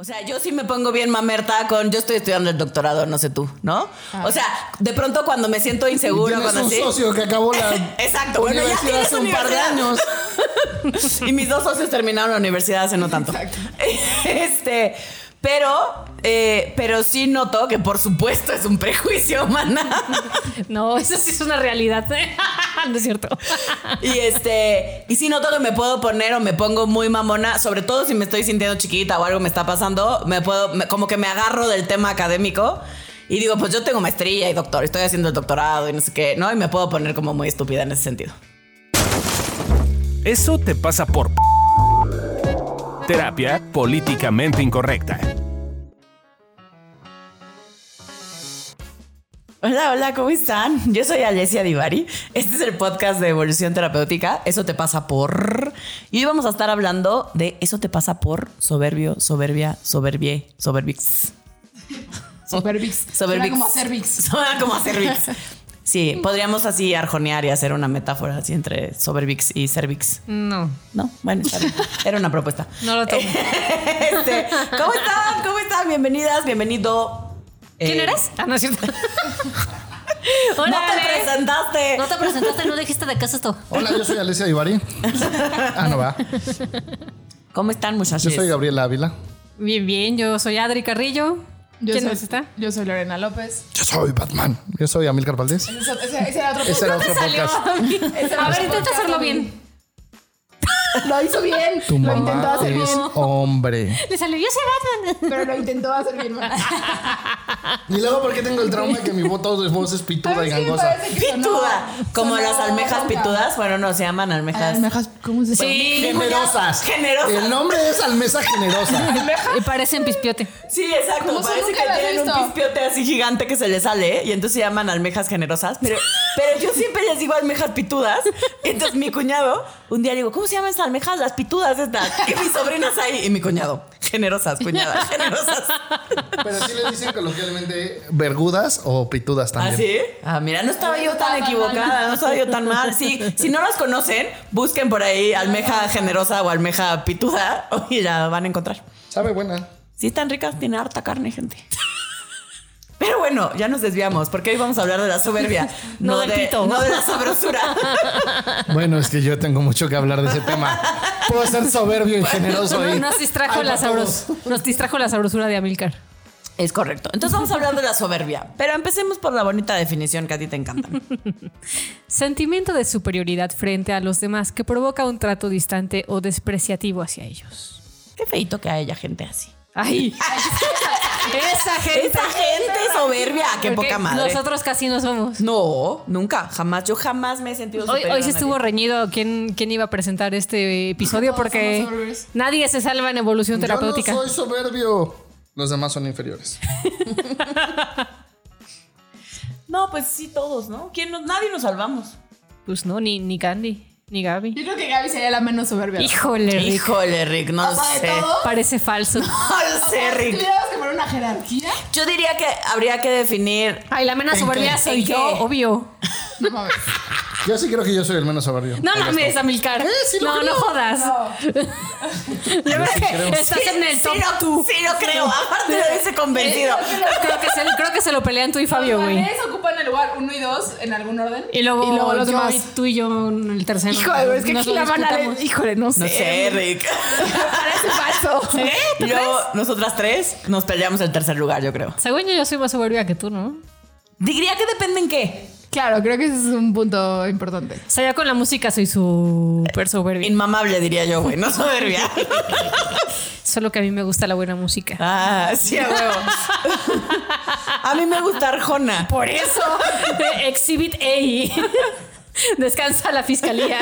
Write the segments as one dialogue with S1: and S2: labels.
S1: O sea, yo sí me pongo bien mamerta con yo estoy estudiando el doctorado, no sé tú, ¿no? O sea, de pronto cuando me siento inseguro
S2: Tienes
S1: cuando
S2: un
S1: así.
S2: socio que acabó la
S1: Exacto, bueno, ya
S2: universidad
S1: tienes
S2: hace un par de
S1: universidad.
S2: años.
S1: y mis dos socios terminaron la universidad hace no tanto. Este, pero, eh, pero sí noto que por supuesto es un prejuicio, maná.
S3: No, eso sí es una realidad. ¿eh? no es cierto.
S1: Y este, y si noto que me puedo poner o me pongo muy mamona, sobre todo si me estoy sintiendo chiquita o algo me está pasando, me puedo, me- como que me agarro del tema académico y digo, pues yo tengo maestría y doctor, estoy haciendo el doctorado y no sé qué, ¿no? Y me puedo poner como muy estúpida en ese sentido.
S4: Eso te pasa por... Terapia políticamente incorrecta.
S1: Hola, hola, ¿cómo están? Yo soy Alessia Divari. Este es el podcast de Evolución Terapéutica. Eso te pasa por. Y hoy vamos a estar hablando de Eso te pasa por soberbio, soberbia, soberbie, soberbix.
S2: Supervix.
S1: Soberbix.
S2: Suena como a cervix.
S1: Suena como a cervix. Sí, podríamos así arjonear y hacer una metáfora así entre soberbix y cervix.
S3: No,
S1: No, bueno, está bien. Era una propuesta.
S3: no lo tomo.
S1: Este, ¿Cómo están? ¿Cómo están? Bienvenidas, bienvenido.
S3: ¿Quién
S1: Eh,
S3: eres? Ah, no es cierto.
S1: No
S3: Hola,
S1: te
S3: Ale.
S1: presentaste.
S5: No te presentaste, no dijiste de qué es esto.
S2: Hola, yo soy Alicia Ibarri. Ah, no va.
S1: ¿Cómo están, muchachos?
S2: Yo soy Gabriela Ávila.
S3: Bien, bien, yo soy Adri Carrillo.
S6: Yo
S3: ¿Quién
S6: soy,
S3: nos está?
S6: Yo soy Lorena López.
S2: Yo soy Batman. Yo soy Amílcar Valdés.
S6: Ese, ese- ese era otro
S2: Ese era otro
S3: Salió.
S2: podcast.
S3: A ver, intenta hacerlo bien.
S6: Lo hizo bien.
S2: Tu
S6: lo intentó
S2: mamá
S6: hacer
S2: es
S6: bien.
S2: hombre.
S3: Le salió, yo soy Batman.
S6: Pero lo intentó hacer bien.
S2: Y luego, ¿por qué tengo el trauma que mi voz, todos mis voces pituda y
S6: Sí, pues,
S2: gangosa?
S6: parece que sonó-
S1: Pituda. Como
S6: sonó
S1: las almejas
S6: ronca.
S1: pitudas. Bueno, no, se llaman almejas.
S6: Almejas, ¿cómo se
S3: Sí.
S2: Generosas.
S1: Generosas.
S2: El nombre es Almesa Generosa.
S3: Y parecen pispiote.
S1: Sí, exacto.
S6: ¿Cómo son?
S1: Parece
S6: Nunca
S1: que
S6: las he
S1: tienen un
S6: visto.
S1: pispiote así gigante que se les sale ¿eh? y entonces se llaman almejas generosas. Pero, pero yo siempre les digo almejas pitudas. Entonces mi cuñado, un día le digo, ¿cómo se llaman estas almejas? Las pitudas estas. Y mis sobrinas ahí. Y mi cuñado, generosas, cuñada, generosas.
S2: Pero sí le dicen coloquialmente vergudas o pitudas
S1: ¿Ah,
S2: también.
S1: sí? Ah, mira, no estaba yo tan
S6: Estaba
S1: equivocada, no estaba yo tan mal. Sí, si no las conocen, busquen por ahí almeja generosa o almeja pituda y la van a encontrar.
S2: Sabe buena.
S1: Sí están ricas, tiene harta carne, gente. Pero bueno, ya nos desviamos, porque hoy vamos a hablar de la soberbia.
S3: No
S1: No,
S3: del
S1: de,
S3: pito.
S1: no de la sabrosura.
S2: Bueno, es que yo tengo mucho que hablar de ese tema. Puedo ser soberbio y generoso ahí.
S3: Nos distrajo,
S2: Ay,
S3: la
S2: va todos.
S3: sabros- nos distrajo la sabrosura de Amilcar.
S1: Es correcto. Entonces vamos a hablar de la soberbia. Pero empecemos por la bonita definición que a ti te encanta.
S3: Sentimiento de superioridad frente a los demás que provoca un trato distante o despreciativo hacia ellos.
S1: Qué feito que haya gente así.
S3: ¡Ay! esa gente.
S1: Esa gente soberbia, qué
S3: Porque
S1: poca madre.
S3: Nosotros casi no somos.
S1: No, nunca, jamás. Yo jamás me he sentido
S3: Hoy,
S1: superior
S3: hoy
S1: a
S3: se
S1: nadie.
S3: estuvo reñido quién, quién iba a presentar este episodio
S6: Todos
S3: porque
S6: somos soberbios.
S3: nadie se salva en evolución terapéutica.
S2: Yo no soy soberbio. Los demás son inferiores.
S1: No, pues sí, todos, ¿no? ¿Quién nos- nadie nos salvamos.
S3: Pues no, ni, ni Candy, ni Gaby.
S6: Yo creo que Gaby sería la menos soberbia.
S3: Híjole, Rick,
S1: Híjole, Rick, no
S6: Aparte de
S1: sé.
S6: todo,
S3: parece falso.
S1: No sé, Rick.
S6: Tuviéramos que poner una jerarquía.
S1: Yo diría que habría que definir
S3: Ay, la mena
S2: ¿En
S3: soberbia
S2: qué?
S3: soy
S1: ¿En
S3: yo,
S1: qué?
S3: obvio.
S6: No mames.
S2: Yo sí creo que yo soy el menos soberbio.
S3: No
S2: Ahí está.
S3: mames, Amilcar.
S2: sí lo
S3: no, no jodas.
S2: Yo sí creo.
S3: Estás en el top.
S1: Sí, no, tú. Sí, lo creo. Aparte lo dice convencido.
S3: Creo que, se, creo que se lo pelean tú y Fabio,
S6: Los
S3: güey.
S6: valés ocupan el lugar uno y dos en algún orden.
S3: Y luego,
S6: los
S3: yo
S6: demás.
S3: y tú y yo en el tercero.
S6: Híjole, es que
S3: Nos
S6: aquí
S3: lo
S6: la van a
S3: disputamos.
S6: Híjole, no sé.
S1: No sé, Rick.
S6: Parece falso.
S3: ¿Eh?
S1: Y Luego, nosotras tres nos peleamos el tercer lugar, yo creo.
S3: Según yo, yo soy más soberbia que tú, ¿no?
S1: Diría que depende en qué.
S6: Claro, creo que ese es un punto importante.
S3: O sea, ya con la música soy súper soberbia.
S1: Inmamable, diría yo, güey. No soberbia.
S3: Solo que a mí me gusta la buena música.
S1: Ah, sí, a huevo. A mí me gusta Arjona.
S3: Por eso, de Exhibit A. Descansa la fiscalía.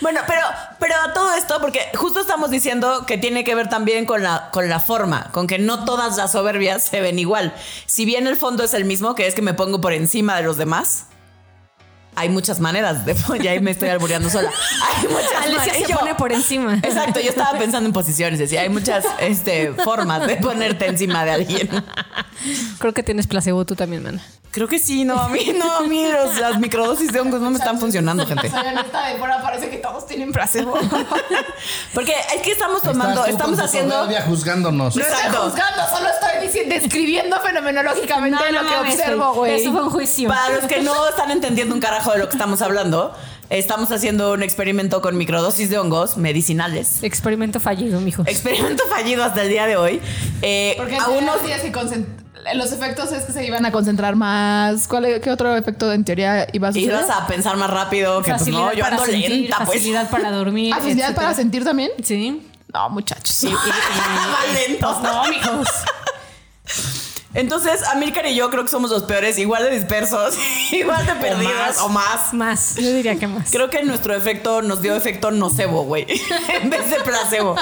S1: Bueno, pero, pero a todo esto, porque justo estamos diciendo que tiene que ver también con la, con la forma, con que no todas las soberbias se ven igual. Si bien el fondo es el mismo, que es que me pongo por encima de los demás. Hay muchas maneras de y ahí me estoy albureando sola. Hay muchas
S3: Alicia
S1: maneras.
S3: se
S1: Yo-
S3: pone por encima.
S1: Exacto, yo estaba pensando en posiciones, decía, hay muchas este, formas de ponerte encima de alguien.
S3: Creo que tienes placebo tú también, mana.
S1: Creo que sí, no, a mí, no, a mí los- las microdosis de hongos no me están funcionando, gente.
S6: Soy honesta, de fuera parece que todos tienen placebo.
S1: Porque es que estamos
S2: Estás
S1: tomando,
S2: tú
S1: estamos
S2: con tu
S1: haciendo.
S2: soberbia juzgándonos.
S6: No estoy
S1: Exacto.
S6: juzgando, solo estoy diciendo, describiendo fenomenológicamente lo que
S5: mames,
S6: observo, güey.
S5: Eso fue un juicio.
S1: Para los que no están entendiendo un carajo de lo que estamos hablando, estamos haciendo un experimento con microdosis de hongos medicinales.
S3: Experimento fallido, mijo.
S1: Experimento fallido hasta el día de hoy. Eh,
S6: Porque
S1: a
S6: en teoría
S1: unos
S6: decía que concent- los efectos es que se iban a concentrar más. ¿Cuál, e-, ¿Qué otro efecto en teoría iba a suceder?
S1: ibas a pensar más rápido que pues
S5: Facilidad
S1: no, yo
S5: para
S1: ando
S5: sentir,
S1: lenta, pues.
S5: facilidad para dormir.
S6: Ah, pues ya
S5: etcétera.
S6: para sentir también.
S5: Sí.
S6: No, muchachos.
S1: Más lento.
S5: Pues No, mijos.
S1: Entonces, Amílcar y yo creo que somos los peores, igual de dispersos, igual de perdidas o más.
S3: Más, yo diría que más.
S1: Creo que nuestro efecto nos dio efecto nocebo, güey, en vez de placebo.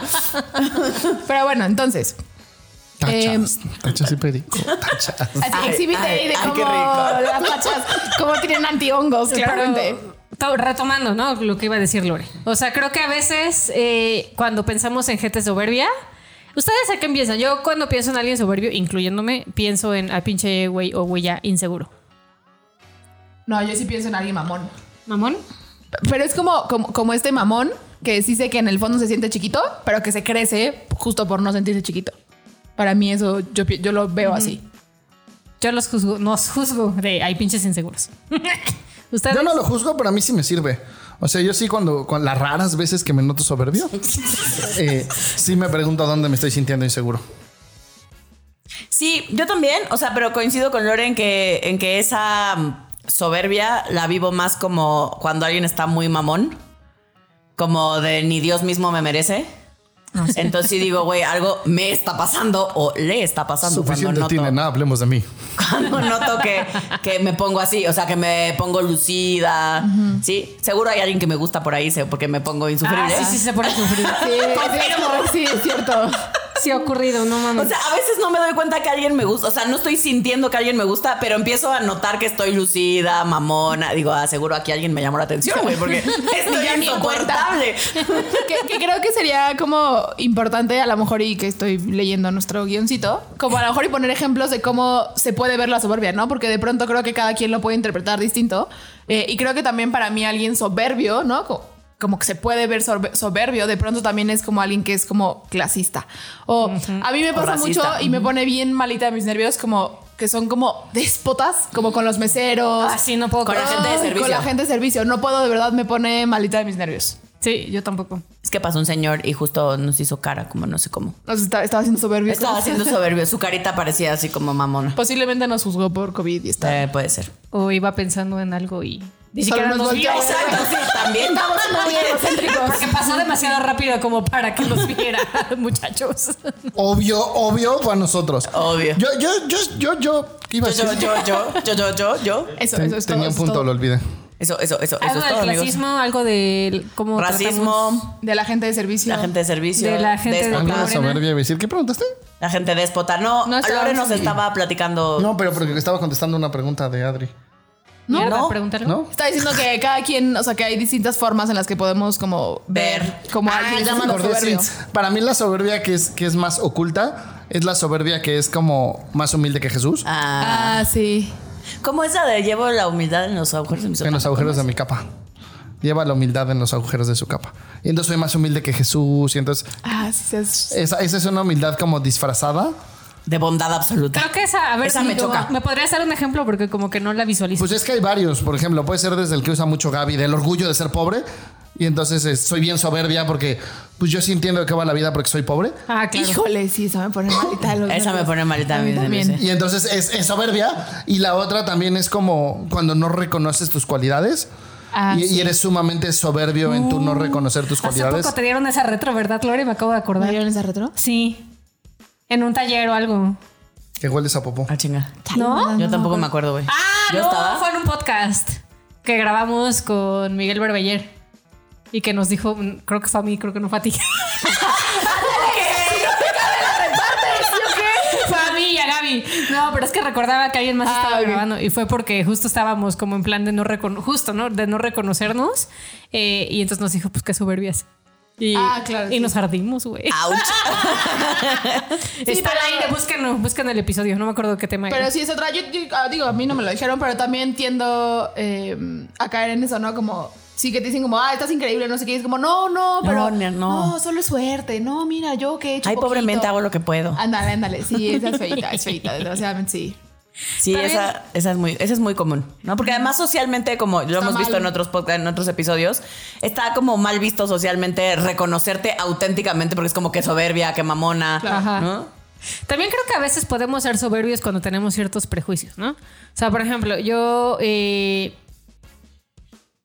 S6: Pero bueno, entonces.
S2: Tachas. Tachas y perico. Tachas.
S6: Así,
S1: Ay,
S6: exhibite
S1: ay,
S6: ahí de
S1: ay,
S6: cómo
S1: qué rico.
S6: las pachas, cómo tienen antihongos,
S3: Pero,
S6: claramente.
S3: to- retomando, ¿no? Lo que iba a decir Lore. O sea, creo que a veces eh, cuando pensamos en gente soberbia, ¿ustedes a qué piensan? Yo cuando pienso en alguien soberbio, incluyéndome, pienso en al pinche güey o huella inseguro.
S6: No, yo sí pienso en alguien mamón.
S3: ¿Mamón?
S6: Pero es como, como, como este mamón que sí sé que en el fondo se siente chiquito, pero que se crece justo por no sentirse chiquito. Para mí eso, yo, pi- yo lo veo así.
S3: Yo los juzgo, nos juzgo de hay pinches inseguros. ¿Ustedes? Ah,
S2: Yo no lo juzgo, pero a mí sí me sirve. O sea, yo sí cuando, con las raras veces que me noto soberbio, eh, sí me pregunto dónde me estoy sintiendo inseguro.
S1: Sí, yo también, o sea, pero coincido con Lore en que, en que esa mm, soberbia la vivo más como cuando alguien está muy mamón, como de ni Dios mismo me merece.
S3: Ah,
S1: Entonces sí digo, güey, algo me está pasando o le está pasando
S2: Suficiente
S1: cuando
S2: tiene,
S1: noto,
S2: nada, hablemos de mí.
S1: cuando noto que, que me pongo así, o sea, que me pongo lucida. Sí, seguro hay alguien que me gusta por ahí se- porque me pongo
S3: Ah,
S1: insufrible.
S3: sí, sí, se pone sufrido.
S6: Sí, sí, sí, es cierto.
S3: Sí ha ocurrido, no mames.
S1: O sea, a veces no me doy cuenta que alguien me gusta. O sea, no estoy sintiendo que alguien me gusta, pero empiezo a notar que estoy lucida, mamona. Digo, ah, seguro aquí alguien me llamó la atención, güey, porque estoy
S6: Ya ni en cuenta.
S1: insoportable.
S6: que, que creo que sería como importante, a lo mejor, y que estoy leyendo nuestro guioncito, como a lo mejor y poner ejemplos de cómo se puede ver la soberbia, ¿no? Porque de pronto creo que cada quien lo puede interpretar distinto. Eh, y creo que también para mí alguien soberbio, ¿no? Co- Como que se puede ver sorbe- soberbio, de pronto también es como alguien que es como clasista. O a mí me
S1: O
S6: pasa mucho
S1: racista.
S6: y me pone bien malita mis nervios, como que son como déspotas, como con los meseros.
S3: Así no puedo
S1: Ah, Con la
S3: creer.
S1: gente de
S6: Ay,
S1: servicio.
S6: Con la gente de servicio. No puedo, de verdad, me pone malita de mis nervios.
S3: Sí, yo tampoco.
S1: Es que pasó un señor y justo nos hizo cara, como no sé cómo.
S6: Nos está- estaba haciendo soberbio.
S1: Estaba siendo soberbio. Su carita parecía así como mamona.
S6: Posiblemente nos juzgó por COVID y
S3: Pues,
S6: está.
S1: Eh, puede ser.
S3: O iba pensando en algo y ni
S6: Solo
S3: siquiera
S6: nos
S3: nos vio.
S6: volteaba.
S1: Exacto, sí, también. Estamos
S6: muy egocéntricos.
S3: Porque pasó demasiado rápido como para que los viera, muchachos.
S2: Obvio, obvio para nosotros.
S1: Obvio.
S2: Yo, yo, yo, yo, yo, ¿qué iba a
S1: Yo,
S2: decir?
S1: yo, yo, yo, yo, yo, yo.
S6: Eso,
S2: Ten-
S6: eso es todo,
S2: Tenía
S6: eso es
S2: un punto,
S6: todo.
S2: lo olvidé.
S1: Eso, eso, eso, eso
S3: Algo
S1: es
S3: del
S1: todo, amigos.
S3: clasismo, algo del cómo tratamos-
S1: Racismo,
S6: De la gente de servicio.
S1: la gente de servicio,
S3: De la gente de-
S1: déspota.
S2: ¿Alguna
S3: Lorena.
S2: soberbia iba a decir? ¿Qué preguntaste?
S1: La gente déspota. No,
S6: No estaba-
S1: Lore nos estaba platicando.
S2: No, pero porque estaba contestando una pregunta de Adri.
S3: ¿No?
S1: Mierda,
S3: ¿No?
S2: ¿No?
S6: Está diciendo que cada quien, o sea, que hay distintas formas en las que podemos como ver,
S1: Ver.
S6: como
S2: Ah,
S6: alguien
S2: ya me
S6: siendo
S2: acordé,
S6: soberbio.
S2: sí. Para mí la soberbia que es, que es más oculta es la soberbia que es como más humilde que Jesús
S1: Ah.
S6: Ah, sí.
S1: ¿Cómo esa de llevo la humildad en los agujeros de mis
S2: en los
S1: zapatos?
S2: agujeros de mi capa. Lleva la humildad en los agujeros de su capa. Y entonces soy más humilde que Jesús. Y entonces
S6: Ah, sí, es-
S2: esa, esa es una humildad como disfrazada.
S1: De bondad absoluta.
S3: Creo que esa, a ver
S1: Esa
S3: si
S1: me choca.
S3: ¿Me podrías dar un ejemplo? Porque como que no la visualizo.
S2: Pues es que hay varios. Por ejemplo, puede ser desde el que usa mucho Gaby, del orgullo de ser pobre. Y entonces eh, soy bien soberbia porque pues yo sí entiendo de qué va la vida porque soy pobre.
S3: ah, claro.
S6: Híjole, sí, esa me pone malita. de los
S1: Esa me
S6: nervios.
S1: pone malita
S6: A mí
S1: también.
S6: también.
S2: Y entonces es, es soberbia. Y la otra también es como cuando no reconoces tus cualidades.
S6: Ah,
S2: y, y eres sumamente soberbio en tu no reconocer tus
S3: Uh, Hace
S2: cualidades.
S3: poco te dieron esa retro, ¿verdad, Lore? Me acabo de
S6: ¿Me
S3: acordar.
S6: dieron esa retro?
S3: Sí. En un taller o algo.
S2: Que hueles a popó.
S1: Ah, chinga.
S3: ¿No?
S1: Yo tampoco me acuerdo, güey.
S3: Ah,
S1: Yo
S3: no,
S1: estaba-
S3: fue en un podcast que grabamos con Miguel Berbeller y que nos dijo, mm, creo que fue a mí, creo que no fue a ti. Fue a mí y a Gaby. No, pero es que recordaba que alguien más
S6: Ah,
S3: estaba
S6: ok.
S3: grabando y fue porque justo estábamos como en plan de no recono- justo, ¿no? De no reconocernos eh, y entonces nos dijo, pues qué soberbias. Y,
S6: Ah, claro,
S3: y
S6: sí. Ah,
S3: nos ardimos, güey.
S1: Ouch.
S3: Está al
S6: pero-
S3: aire, búsquenlo, busquen el episodio, no me acuerdo qué tema
S6: Pero
S3: era.
S6: sí es otra. Yo, yo- ah, digo, a mí no me lo dijeron, pero también tiendo eh, a caer en eso, ¿no? Como. Sí, que te dicen como, ah, estás increíble, no sé qué. Y es como, no, no, pero.
S1: no, no.
S6: solo es suerte. No, mira, yo que he hecho.
S1: Ay,
S6: poquito". Ah,
S1: pobremente hago lo que puedo.
S6: Ándale, ándale. Sí, esa es feita, es feita, desgraciadamente sí.
S1: Sí,
S3: También-
S1: esa, esa es muy, esa es muy común, ¿no? Porque además socialmente, como lo hemos
S6: mal.
S1: visto en otros podcasts, en otros episodios, está como mal visto socialmente reconocerte auténticamente porque es como que soberbia, que mamona,
S3: Ajá.
S1: ¿no?
S3: También creo que a veces podemos ser soberbios cuando tenemos ciertos prejuicios, ¿no? O sea, por ejemplo, yo eh,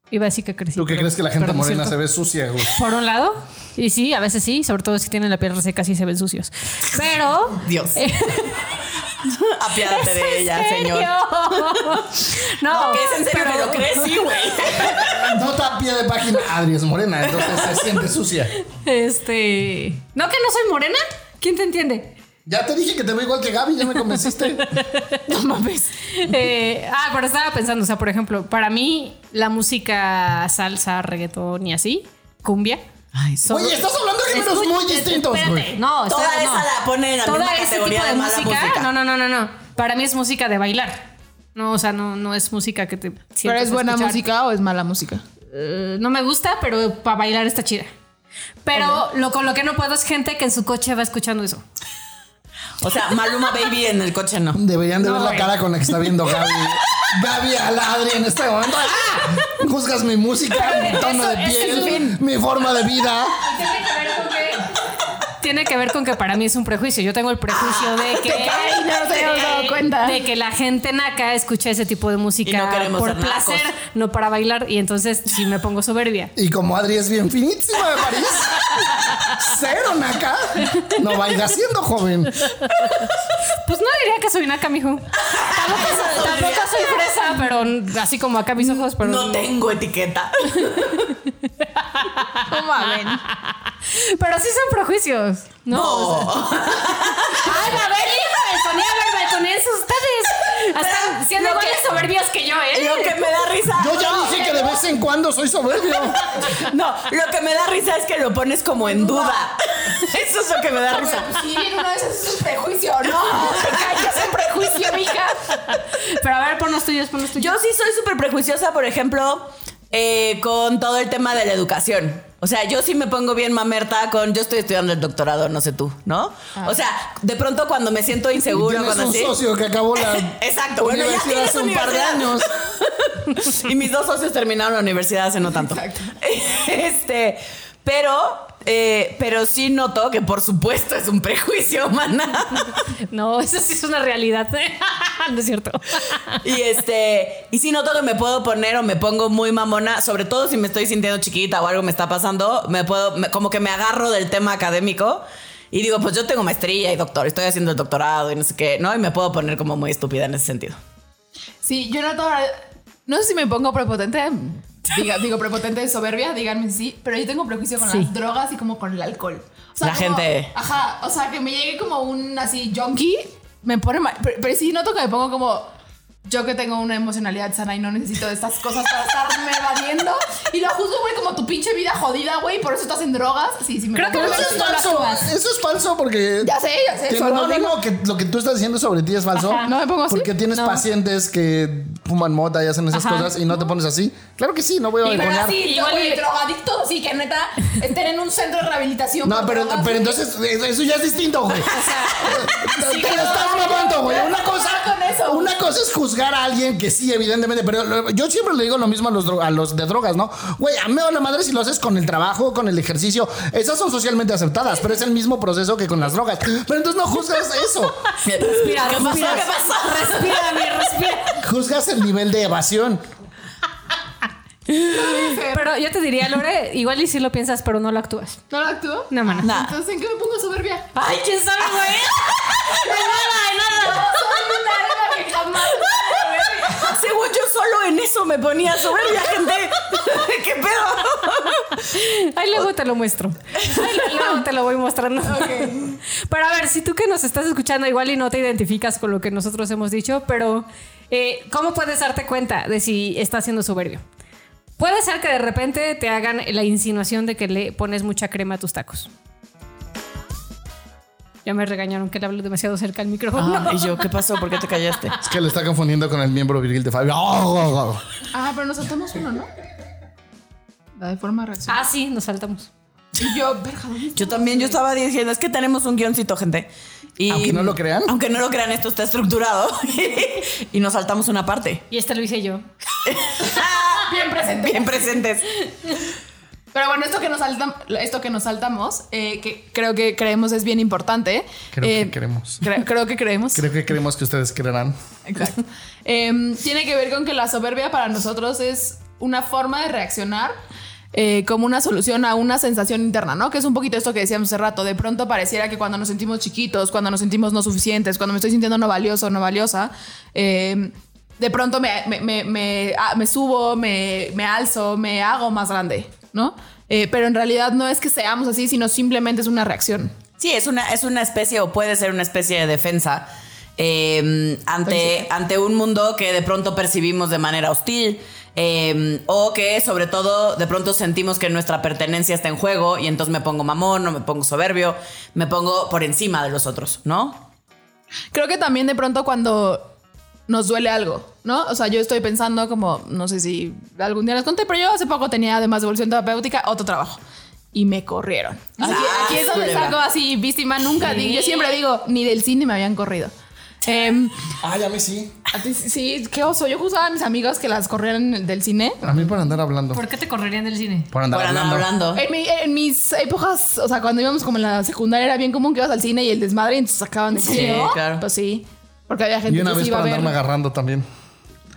S3: iba a decir que crecí.
S2: ¿Tú qué
S3: pero-
S2: crees que la gente
S3: pero no es
S2: morena
S3: cierto.
S2: se ve sucia, güey?
S3: Por un lado, y sí, a veces sí, sobre todo si tienen la piel reseca, sí se ven sucios. Pero.
S1: Dios. Apiádate
S3: Eh, ¿Es
S1: de
S3: en
S1: ella,
S3: serio?
S1: señor.
S3: No,
S1: Que es en serio,
S3: pero-
S1: pero crees, sí, güey.
S2: No está a pie de página, Adri es morena, entonces se siente sucia.
S3: Este. ¿No que no soy morena? ¿Quién te entiende?
S2: Ya te dije que te veo igual que Gaby, ya me convenciste.
S3: No mames. Eh, ah, pero estaba pensando, o sea, por ejemplo, para mí la música salsa, reggaetón y así, cumbia.
S1: Ay,
S3: son-
S2: Oye, estás hablando de géneros
S3: Escucha,
S2: muy distintos,
S3: espérate,
S2: güey.
S3: No,
S1: Toda
S3: espérate, no.
S1: esa la pone en la misma categoría de mala música.
S3: No, no, no, no, no. Para mí es música de bailar. No, o sea, no, no es música que te.
S6: ¿Pero
S3: sientas
S6: es
S3: a
S6: buena
S3: escuchar.
S6: música o es mala música?
S3: Eh, no me gusta, pero para bailar está chida. Pero lo con lo que no puedo es gente que en su coche va escuchando eso.
S1: O sea, Maluma Baby en el coche no.
S2: Deberían de
S3: No,
S2: ver la
S3: güey.
S2: cara con la que está viendo Gaby. Gaby a la Adri en este momento. ¡Ah! Juzgas mi música, mi tono de
S3: Eso- eso es
S2: piel, mi forma de vida.
S3: Tiene que ver con que. Tiene que ver con que para mí es un prejuicio. Yo tengo el prejuicio de que.
S6: Ay, Ah, no nos habíamos dado cuenta.
S3: De que la gente naca escucha ese tipo de música
S1: no queremos
S3: por
S1: ser nacos.
S3: placer, no para bailar. Y entonces sí me pongo soberbia.
S2: Y como Adri es bien finísima de París, cero naca, no vaya siendo joven.
S3: Pues no diría que soy naca, mijo. Tampoco soy, tampoco soy fresa, pero así como acá mis ojos, pero.
S1: No tengo etiqueta.
S6: No mamen.
S3: Pero sí son prejuicios. No.
S1: No.
S3: Ay, a ver, y balconía, a ver, balconense ustedes. Hasta siendo
S1: lo
S3: iguales
S1: que-
S3: soberbios que yo, ¿eh?
S1: Lo que me da risa.
S2: Yo ya dije que de vez en cuando soy soberbio.
S1: No, lo que me da risa es que lo pones como en duda. Eso es lo que me da risa.
S6: Sí, uno de esos es un prejuicio, ¿no? Es un prejuicio, mija.
S3: Pero a ver, pon los tuyos, pon los tuyos.
S1: Yo sí soy súper prejuiciosa, por ejemplo, eh, con todo el tema de la educación. O sea, yo sí me pongo bien mamerta con yo estoy estudiando el doctorado, no sé tú, ¿no? O sea, de pronto cuando me siento inseguro,
S2: Tienes
S1: cuando
S2: un
S1: así.
S2: socio que acabó la
S1: Exacto, bueno, ya
S2: universidad
S1: tienes
S2: hace un par de
S1: universidad.
S2: años.
S1: y mis dos socios terminaron la universidad hace no tanto. Este, pero, eh, pero sí noto que por supuesto es un prejuicio, maná.
S3: No, eso sí es una realidad. ¿eh? no es cierto.
S1: Y este, y si noto que me puedo poner o me pongo muy mamona, sobre todo si me estoy sintiendo chiquita o algo me está pasando, me puedo, me- como que me agarro del tema académico y digo, pues yo tengo maestría y doctor, estoy haciendo el doctorado y no sé qué, ¿no? Y me puedo poner como muy estúpida en ese sentido.
S6: Sí, yo noto ahora- No sé si me pongo prepotente. Diga, digo, prepotente de soberbia, díganme si sí, pero yo tengo prejuicio con
S3: Sí.
S6: las drogas y como con el alcohol. O
S1: La
S6: como-
S1: gente-
S6: Ajá, o sea, que me llegue como un así junkie, me pone mal. Pero, pero sí noto que me pongo como. Yo que tengo una emocionalidad sana y no necesito de estas cosas para estarme evadiendo. Y lo juzgo, güey, como tu pinche vida jodida, güey, por eso estás en drogas. Sí, sí, me
S3: Creo que
S6: pongo-
S3: no
S2: Eso es
S3: lo
S2: falso.
S3: actúas.
S2: Eso es falso porque.
S6: Ya sé, ya sé,
S2: Que
S6: solo
S2: no, no,
S6: digo.
S2: no, que lo que tú estás diciendo sobre ti es falso.
S3: Ajá.
S6: No me pongo así.
S2: Porque tienes
S3: No.
S2: pacientes que fuman mota y hacen esas
S3: Ajá.
S2: cosas y no te pones así. Claro que sí, no voy a
S3: Y pero
S2: balconear.
S3: así,
S6: Sí,
S3: Igual
S6: güey,
S3: y-
S6: drogadicto, sí, que neta estén en un centro de rehabilitación.
S2: No,
S6: por
S2: pero,
S6: drogas.
S2: pero entonces eh, eso ya es distinto, güey.
S3: O sea,
S2: Te-
S3: sí,
S2: te
S3: no.
S2: lo estás mamando, güey. Una cosa,
S6: Con eso.
S2: una cosa es juzgar a alguien que sí, evidentemente, pero lo- yo siempre le digo lo mismo a los, dro- a los de drogas, ¿no? Güey, a mí me vale la madre si lo haces con el trabajo, con el ejercicio. Esas son socialmente aceptadas, pero es el mismo proceso que con las drogas. Pero entonces no juzgas eso.
S1: Mira, ¿qué pasó?
S3: respira.
S1: ¿Qué pasó?
S3: Respira, mi respira.
S2: Juzgas el nivel de evasión.
S3: Pero yo te diría, Lore, igual y si lo piensas, pero no lo actúas.
S6: ¿No lo actúo?
S3: No, mana.
S1: Nah.
S6: Entonces, ¿en qué me pongo soberbia?
S3: Ay, quién sabe, güey. De nada, de nada.
S6: Soy una arena que jamás.
S1: Según yo solo en eso me ponía soberbia, gente. ¿Qué pedo?
S3: Ahí luego te lo muestro. Ahí luego te lo voy mostrando. Pero a ver, si tú que nos estás escuchando igual y no te identificas con lo que nosotros hemos dicho, pero eh, ¿cómo puedes darte cuenta de si estás siendo soberbio? Puede ser que de repente te hagan la insinuación de que le pones mucha crema a tus tacos. Ya me regañaron que le hablo demasiado cerca al micrófono.
S1: Ah, y yo, ¿qué pasó? ¿Por qué te callaste?
S2: Es que lo está confundiendo con el miembro viril de Fabio. Oh,
S6: Ah, pero nos saltamos uno, ¿no? La de forma reacción.
S3: Ah, sí, nos saltamos.
S6: Y yo, verga, ¿dónde
S1: Yo también, yo estaba diciendo, es que tenemos un guioncito, gente. Y,
S2: Aunque no lo crean.
S1: Aunque no lo crean, esto está estructurado. y nos saltamos una parte.
S3: Y esta lo hice yo.
S6: Ah, Bien presente.
S1: Bien presentes.
S6: Pero bueno, esto que nos, saltam- esto que nos saltamos, eh, que creo que creemos es bien importante.
S2: Creo que
S6: Eh,
S2: creemos.
S6: cre- creo que creemos.
S2: Creo que creemos que ustedes creerán.
S6: Exacto. Em, tiene que ver con que la soberbia para nosotros es una forma de reaccionar eh, como una solución a una sensación interna, ¿no? Que es un poquito esto que decíamos hace rato. De pronto pareciera que cuando nos sentimos chiquitos, cuando nos sentimos no suficientes, cuando me estoy sintiendo no valioso, no valiosa, em, de pronto me, me- me- me- ah, me subo, me, me alzo, me hago más grande, ¿no? Eh, pero en realidad no es que seamos así, sino simplemente es una reacción.
S1: Sí, es una, es una especie o puede ser una especie de defensa eh, ante, ante un mundo que de pronto percibimos de manera hostil eh, o que sobre todo de pronto sentimos que nuestra pertenencia está en juego y entonces me pongo mamón o me pongo soberbio, me pongo por encima de los otros, ¿no?
S6: Creo que también de pronto cuando nos duele algo, ¿no? O sea, yo estoy pensando como, no sé si algún día les conté, pero yo hace poco tenía, además de evolución terapéutica, otro trabajo. Y me corrieron. Aquí,
S1: Ah,
S6: aquí es donde
S1: culebra.
S6: salgo así víctima. Nunca digo, yo siempre digo, ni del cine me habían corrido. Em,
S2: Ah, ya me sí.
S6: a ti sí, qué oso. Yo juzgaba a mis amigas que las corrieron del cine.
S2: A mí por andar hablando.
S3: ¿Por qué te correrían del cine?
S2: Por andar
S1: Por andar
S2: hablando.
S1: hablando.
S3: Eh,
S6: En, mi- en mis épocas, o sea, cuando íbamos como en la secundaria, era bien común que ibas al cine y el desmadre, y entonces sacaban de
S1: Sí,
S6: cine. ¿no?
S1: claro.
S6: Pues sí. Porque había gente
S2: Y una
S6: que se
S2: vez
S6: iba
S2: por
S6: a ver.
S2: andarme agarrando también.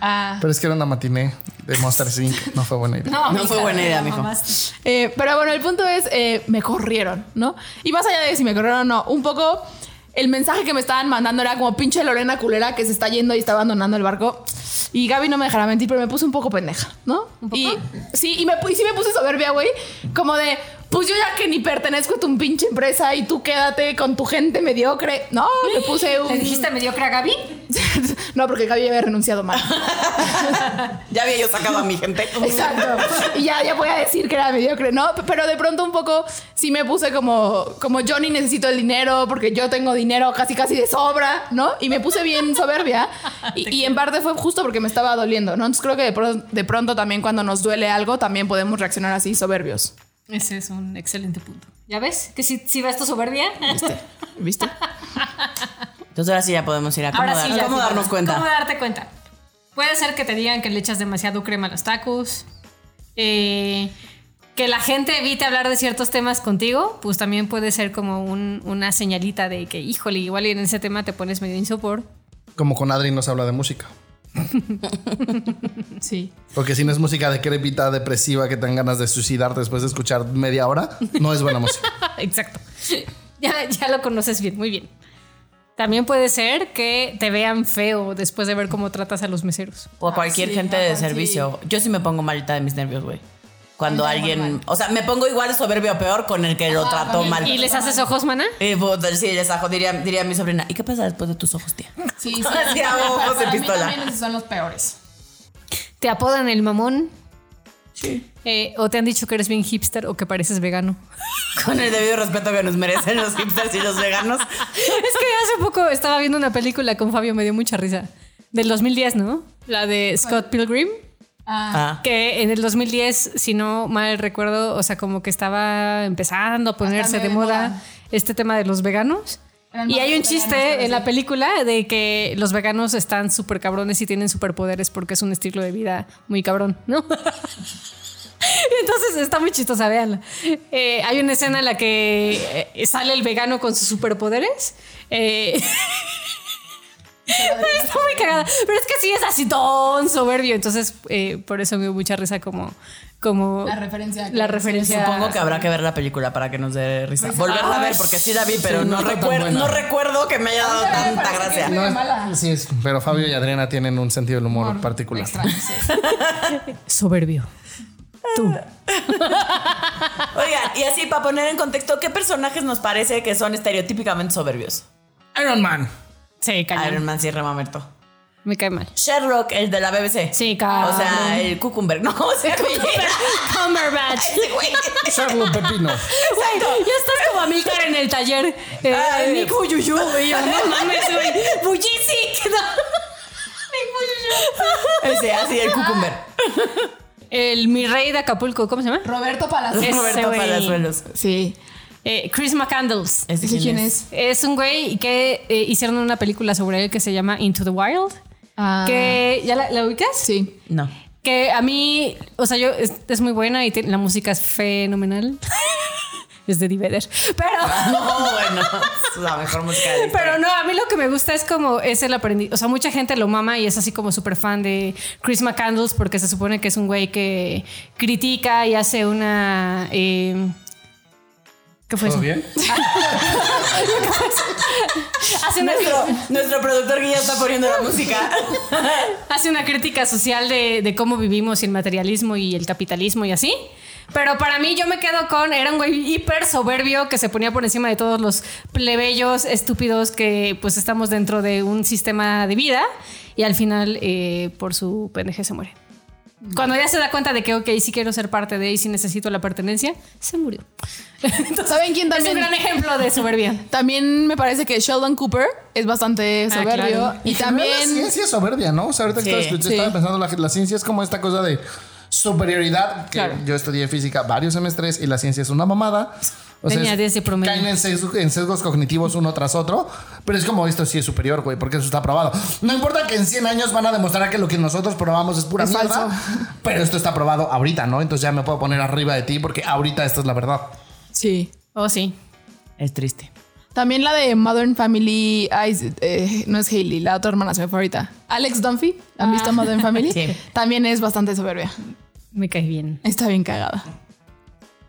S6: Ah.
S2: Pero es que era una matiné de Monster Inc. No fue buena idea.
S1: No fue buena idea, mijo.
S6: Eh, pero bueno, el punto es, eh, me corrieron, ¿no? Y más allá de si me corrieron o no, un poco el mensaje que me estaban mandando era como pinche Lorena culera que se está yendo y está abandonando el barco. Y Gaby no me dejará mentir, pero me puse un poco pendeja, ¿no? Y sí, y, me, pu- y sí me puse soberbia, güey. Como de, pues yo ya que ni pertenezco a tu pinche empresa y tú quédate con tu gente mediocre. No, me puse un...
S3: ¿Le dijiste mediocre a Gaby?
S6: no, porque Gaby ya había renunciado mal.
S1: Ya había yo sacado a mi gente.
S6: Exacto. Y ya, ya voy a decir que era mediocre, ¿no? Pero de pronto un poco sí me puse como, como yo ni necesito el dinero porque yo tengo dinero casi casi de sobra, ¿no? Y me puse bien soberbia. Y, y en parte fue justo porque me estaba doliendo, ¿no? Entonces creo que de, pro- de pronto también cuando nos duele algo también podemos reaccionar así soberbios.
S3: Ese es un excelente punto.
S5: ¿Ya ves? Que si, si vas tu soberbia.
S6: ¿Viste? ¿Viste?
S1: Entonces ahora sí ya podemos ir a cómo,
S3: Ahora
S1: dar-
S3: sí, ya
S1: cómo
S3: sí,
S1: darnos
S3: ¿cómo-
S1: cuenta.
S3: ¿Cómo darte cuenta? Puede ser que te digan que le echas demasiado crema a los tacos. eh, que la gente evite hablar de ciertos temas contigo, pues también puede ser como un- una señalita de que, híjole, igual en ese tema te pones medio insopor.
S2: Como con Adri no se habla de música.
S6: Sí.
S2: Porque si no es música de crepita, depresiva, que te dan ganas de suicidar después de escuchar media hora, no es buena música.
S3: Exacto. Ya, ya lo conoces bien, muy bien. También puede ser que te vean feo después de ver cómo tratas a los meseros.
S1: O a cualquier gente de servicio. Yo pues, sí me pongo malita de mis nervios, güey. Cuando alguien. O sea, me pongo igual soberbio o peor con el que lo trató mal.
S3: ¿Y les haces ojos, mana?
S1: Eh, pues, sí, les ajo, diría, diría mi sobrina. ¿Y qué pasa después de tus ojos, tía?
S6: Sí,
S1: sí. Así hago ojos de Para mí pistola. también
S6: esos son los peores.
S3: ¿Te apodan el mamón? Sí. ¿O te han dicho que eres bien hipster o que pareces vegano?
S1: Con el debido respeto que nos merecen los hipsters y los veganos.
S3: es que hace poco estaba viendo una película con Fabio, me dio mucha risa. Del 2010, ¿no? La de Scott Pilgrim.
S1: Ah.
S3: Que en el 2010, si no mal recuerdo, o sea, como que estaba empezando a ponerse
S6: medio
S3: de
S6: de
S3: moda,
S6: moda.
S3: este tema de los veganos.
S6: Eran
S3: Y
S6: más
S3: hay un
S6: veganos,
S3: chiste
S6: pero
S3: en la
S6: sí.
S3: película de que los veganos están súper cabrones y tienen superpoderes porque es un estilo de vida muy cabrón, ¿no? Y Entonces está muy chistosa, véanla. Eh, hay una escena en la que eh, sale el vegano con sus superpoderes. Eh, está muy cagada. Pero es que sí es así don soberbio. Entonces, eh, por eso me dio mucha risa como. como
S6: La referencia que-
S3: La referencia.
S1: Supongo que habrá que ver la película para que nos dé risa. Volverla a ver, porque sí la vi, pero
S2: sí,
S1: no,
S2: no está tan
S1: recuer-
S2: buena.
S1: no recuerdo que me haya dado tanta gracia.
S2: No, sí es- pero Fabio y Adriana tienen un sentido del humor particular.
S3: Soberbio. Tú.
S1: Oigan, y así, para poner en contexto, ¿qué personajes nos parece que son estereotípicamente soberbios?
S2: Iron Man.
S3: Sí, cañón.
S1: Iron Man sí, Remamerto.
S3: Me cae mal.
S1: Sherlock, el de la BBC.
S3: Sí, cabrón.
S1: O sea, el Cucumber, ¿no? ¿Cómo se llama?
S3: Cumberbatch.
S1: Ese güey.
S2: Charlo Pepino.
S3: Güey, ya estás como a Milcar en el taller. Eh,
S1: Ay.
S3: Nick Fuyuyu, güey. yo, No mames, güey.
S1: Fujisi. Ese, así, el Cucumber.
S3: El mi rey de Acapulco, ¿cómo se llama?
S6: Roberto Palacios.
S3: Ese
S1: Roberto
S3: güey.
S1: Palazuelos.
S6: Sí.
S3: Eh, Chris McCandles.
S1: ¿Ese
S6: ¿Ese quién es?
S3: Es un güey que eh, hicieron una película sobre él que se llama Into the Wild.
S6: Ah.
S3: Que, ¿Ya la, la ubicas?
S6: Sí.
S1: No.
S3: Que a mí, o sea, yo es, es muy buena y tiene- la música es fenomenal. es de Divider. Pero.
S1: No, bueno. Es la mejor música de la historia.
S3: Pero no, a mí lo que me gusta es como es el aprendiz. O sea, mucha gente lo mama y es así como súper fan de Chris McCandles porque se supone que es un güey que critica y hace una. eh, ¿Qué
S6: Pues
S3: fue eso?
S7: bien?
S3: Hace una,
S1: Nuestro, nuestro productor que ya está poniendo la música.
S3: hace una crítica social de, de cómo vivimos y el materialismo y el capitalismo y así. Pero para mí yo me quedo con, era un güey hiper soberbio que se ponía por encima de todos los plebeyos estúpidos que pues estamos dentro de un sistema de vida y al final eh, por su pendeje se muere. Cuando ya se da cuenta de que, ok, sí quiero ser parte de y sí necesito la pertenencia, se murió.
S6: ¿Saben quién
S3: Es un
S6: también?
S3: gran ejemplo de soberbia.
S6: También me parece que Sheldon Cooper es bastante
S3: Ah,
S6: soberbio.
S3: claro.
S6: Y
S2: La
S6: también.
S2: ciencia es soberbia, ¿no? O sea, ahorita
S1: Sí,
S2: que estaba, escuchando-
S6: sí.
S2: estaba pensando, la, la ciencia es como esta cosa de superioridad. Que
S3: Claro.
S2: Yo estudié física varios semestres y la ciencia es una mamada. O
S3: Tenía 10 de promedio.
S2: Caen en, sesgo- en sesgos cognitivos uno tras otro. Pero es como esto sí es superior, güey, porque eso está probado. No importa que en 100 años van a demostrar que lo que nosotros probamos es pura
S6: Es
S2: mierda.
S6: falso.
S2: Pero esto está probado ahorita, ¿no? Entonces ya me puedo poner arriba de ti porque ahorita esta es la verdad.
S6: Sí.
S3: Oh, sí.
S1: Es triste.
S6: También la de Modern Family. ay, eh, no es Hailey, la otra hermana se me fue ahorita. Alex Dunphy.
S3: Ah.
S6: ¿Han visto Modern Family?
S1: Sí.
S6: También es bastante soberbia.
S3: Me caes bien.
S6: Está bien cagada.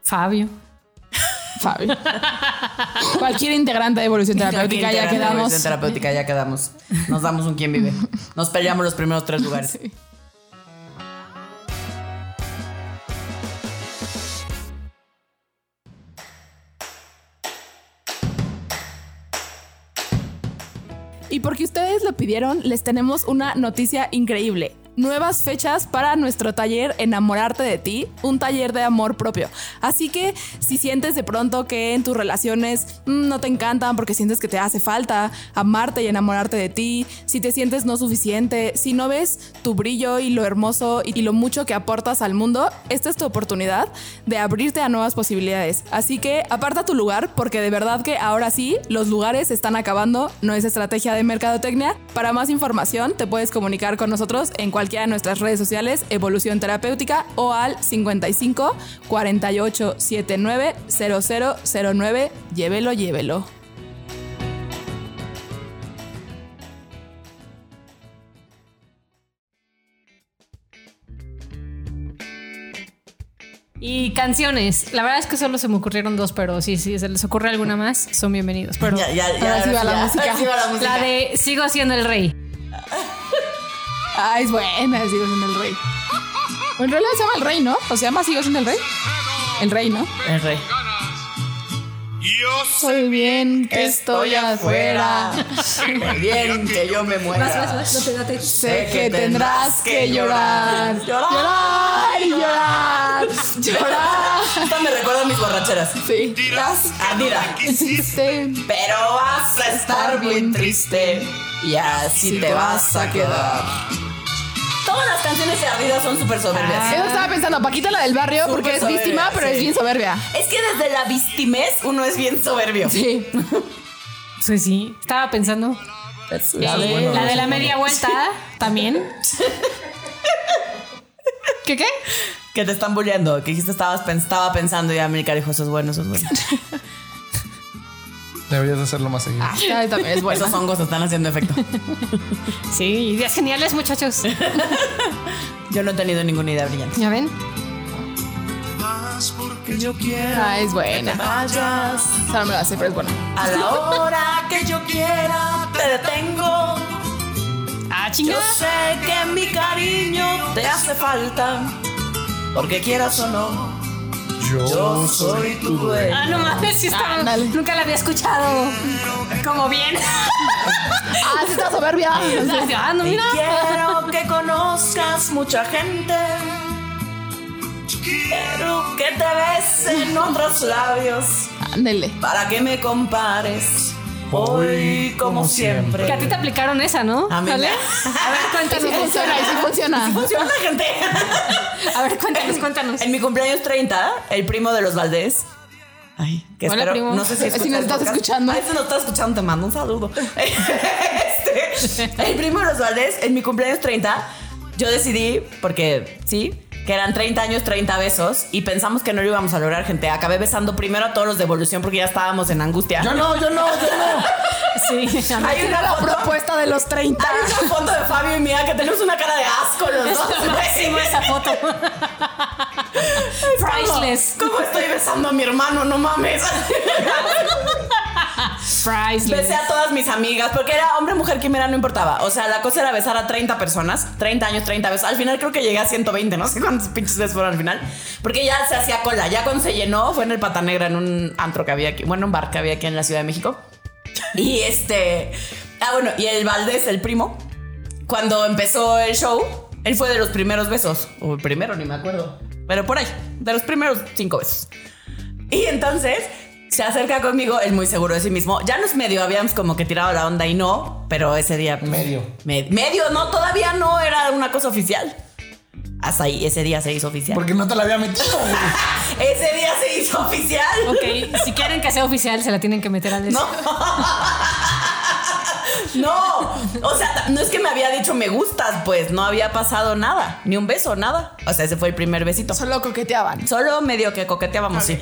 S3: Fabio.
S6: Fabi. Cualquier integrante de evolución terapéutica ya
S1: Integrante de
S6: quedamos.
S1: Evolución terapéutica, ya quedamos. Nos damos un quién vive. Nos peleamos los primeros tres lugares.
S6: Y porque ustedes lo pidieron, les tenemos una noticia increíble. Nuevas fechas para nuestro taller Enamorarte de ti, un taller de amor propio. Así que si sientes de pronto que en tus relaciones mm, no te encantan porque sientes que te hace falta amarte y enamorarte de ti, si te sientes no suficiente, si no ves tu brillo y lo hermoso y lo mucho que aportas al mundo, esta es tu oportunidad de abrirte a nuevas posibilidades. Así que aparta tu lugar porque de verdad que ahora sí los lugares se están acabando, no es estrategia de mercadotecnia. Para más información te puedes comunicar con nosotros en cualquiera de nuestras redes sociales Evolución Terapéutica o al 55 48 79 0009. Llévelo, llévelo.
S3: Y canciones. La verdad es que solo se me ocurrieron dos, pero sí, sí, se les ocurre alguna más, son bienvenidos. Pero
S1: Ya, ya, ya.
S6: Ahora sí va la
S1: ya,
S6: música.
S1: ahora sí va la música.
S3: la de Sigo siendo el rey.
S6: Ah, es buena, sigo siendo el rey. En realidad se llama el rey, ¿no? O se llama sigo siendo el rey. El rey, ¿no?
S1: El rey.
S8: Yo sé
S6: Soy bien que
S1: Estoy afuera. Qué Bien que yo me muera.
S6: Sé que tendrás que llorar.
S1: Llorar.
S6: Llorar y llorar. Llorar.
S1: Esta me recuerda a mis borracheras.
S6: Sí. Este,
S8: dirás que no
S1: Adira.
S8: me quisiste.
S6: Sí.
S1: Pero vas a estar bien triste. Y así te vas a quedar. Ah. Todas las canciones de Adidas son súper soberbias.
S6: Eso estaba pensando, Paquita la del barrio,
S1: Súper
S6: porque es
S1: soberbia,
S6: víctima, pero
S1: sí.
S6: es bien soberbia.
S1: Es que desde la vistimez uno es bien soberbio.
S6: Sí.
S3: Sí, sí. Estaba pensando.
S1: Ah,
S3: eh,
S1: bueno,
S3: la
S1: no
S3: de
S1: sé.
S3: la media vuelta también.
S6: ¿Qué qué?
S1: Que te están bulleando. Que dijiste estabas pens- estaba pensando y América dijo, eso es bueno, eso es bueno.
S2: Deberías hacerlo más seguido.
S6: Ah, ya, también es bueno.
S1: Esos hongos están haciendo efecto.
S3: Sí, ideas geniales, muchachos.
S1: Yo no he tenido ninguna idea brillante.
S3: Ya ven.
S8: Más porque yo quiero.
S6: Ah, es buena.
S1: Vayas
S6: Esa no me la sé, pero es buena.
S1: a la hora que yo quiera, te detengo.
S3: Ah,
S1: Yo
S3: chingada.
S1: sé que mi cariño te hace falta, porque quieras o no,
S2: Yo
S8: soy tu dueño.
S3: Ah, no mames, sí está-
S6: Ándale.
S3: nunca la había escuchado. Como bien.
S6: Ah, sí está soberbia.
S3: ah, no, mira.
S1: Quiero que conozcas mucha gente. Quiero que te besen otros labios.
S6: Ándele.
S1: Para que me compares. Hoy, como siempre.
S3: Que a ti te aplicaron esa, ¿no?
S1: A mí
S3: ¿Vale?
S1: me-
S3: A ver,
S6: Sí
S3: cuéntanos.
S6: funciona, y sí funciona.
S1: Funciona, gente.
S3: A ver, cuéntanos, cuéntanos.
S1: En mi cumpleaños 30, el primo de los Valdés. Ay, que
S3: Hola,
S1: espero-
S3: primo.
S1: No sé si,
S6: Si
S1: escuchas
S6: nos estás
S1: podcast.
S6: escuchando.
S1: Ay, si nos estás escuchando, te mando un saludo. Este, el primo de los Valdés, en mi cumpleaños 30, yo decidí, porque sí, que eran 30 años, 30 besos, y pensamos que no lo íbamos a lograr, gente. Acabé besando primero a todos los de evolución porque ya estábamos en angustia.
S2: Yo no, yo no, yo no.
S3: Sí, a ver.
S1: Hay una
S6: La
S1: foto-
S6: propuesta de los 30.
S1: Hay una foto de Fabio y mía que tenemos una cara de asco los
S3: Es
S1: dos.
S3: lo máximo esa foto. Priceless.
S1: ¿Cómo estoy besando a mi hermano? No mames.
S3: Priceless.
S1: Besé a todas mis amigas, porque era hombre, mujer, quimera, no importaba. O sea, la cosa era besar a 30 personas, 30 años, 30 veces. Al final creo que llegué a 120, no sé cuántos pinches veces fueron al final. Porque ya se hacía cola, ya cuando se llenó, fue en el Pata Negra, en un antro que había aquí, bueno, un bar que había aquí en la Ciudad de México. Y este. Ah, bueno, y el Valdés, el primo, cuando empezó el show, él fue de los primeros besos. O el primero, ni me acuerdo. Pero por ahí, de los primeros cinco besos. Y entonces se acerca conmigo, él muy seguro de sí mismo. Ya nos medio habíamos como que tirado la onda y no, pero ese día. pues,
S2: Medio.
S1: me- medio, no, todavía no era una cosa oficial. Hasta ahí, ese día se hizo oficial.
S2: Porque no te la había metido, güey.
S1: Ese día se hizo oficial.
S3: Ok, si quieren que sea oficial, se la tienen que meter a Andrés.
S1: No. No, o sea, no es que me había dicho me gustas, pues no había pasado nada, ni un beso, nada. O sea, ese fue el primer besito.
S6: Solo coqueteaban.
S1: Solo medio que coqueteábamos, sí.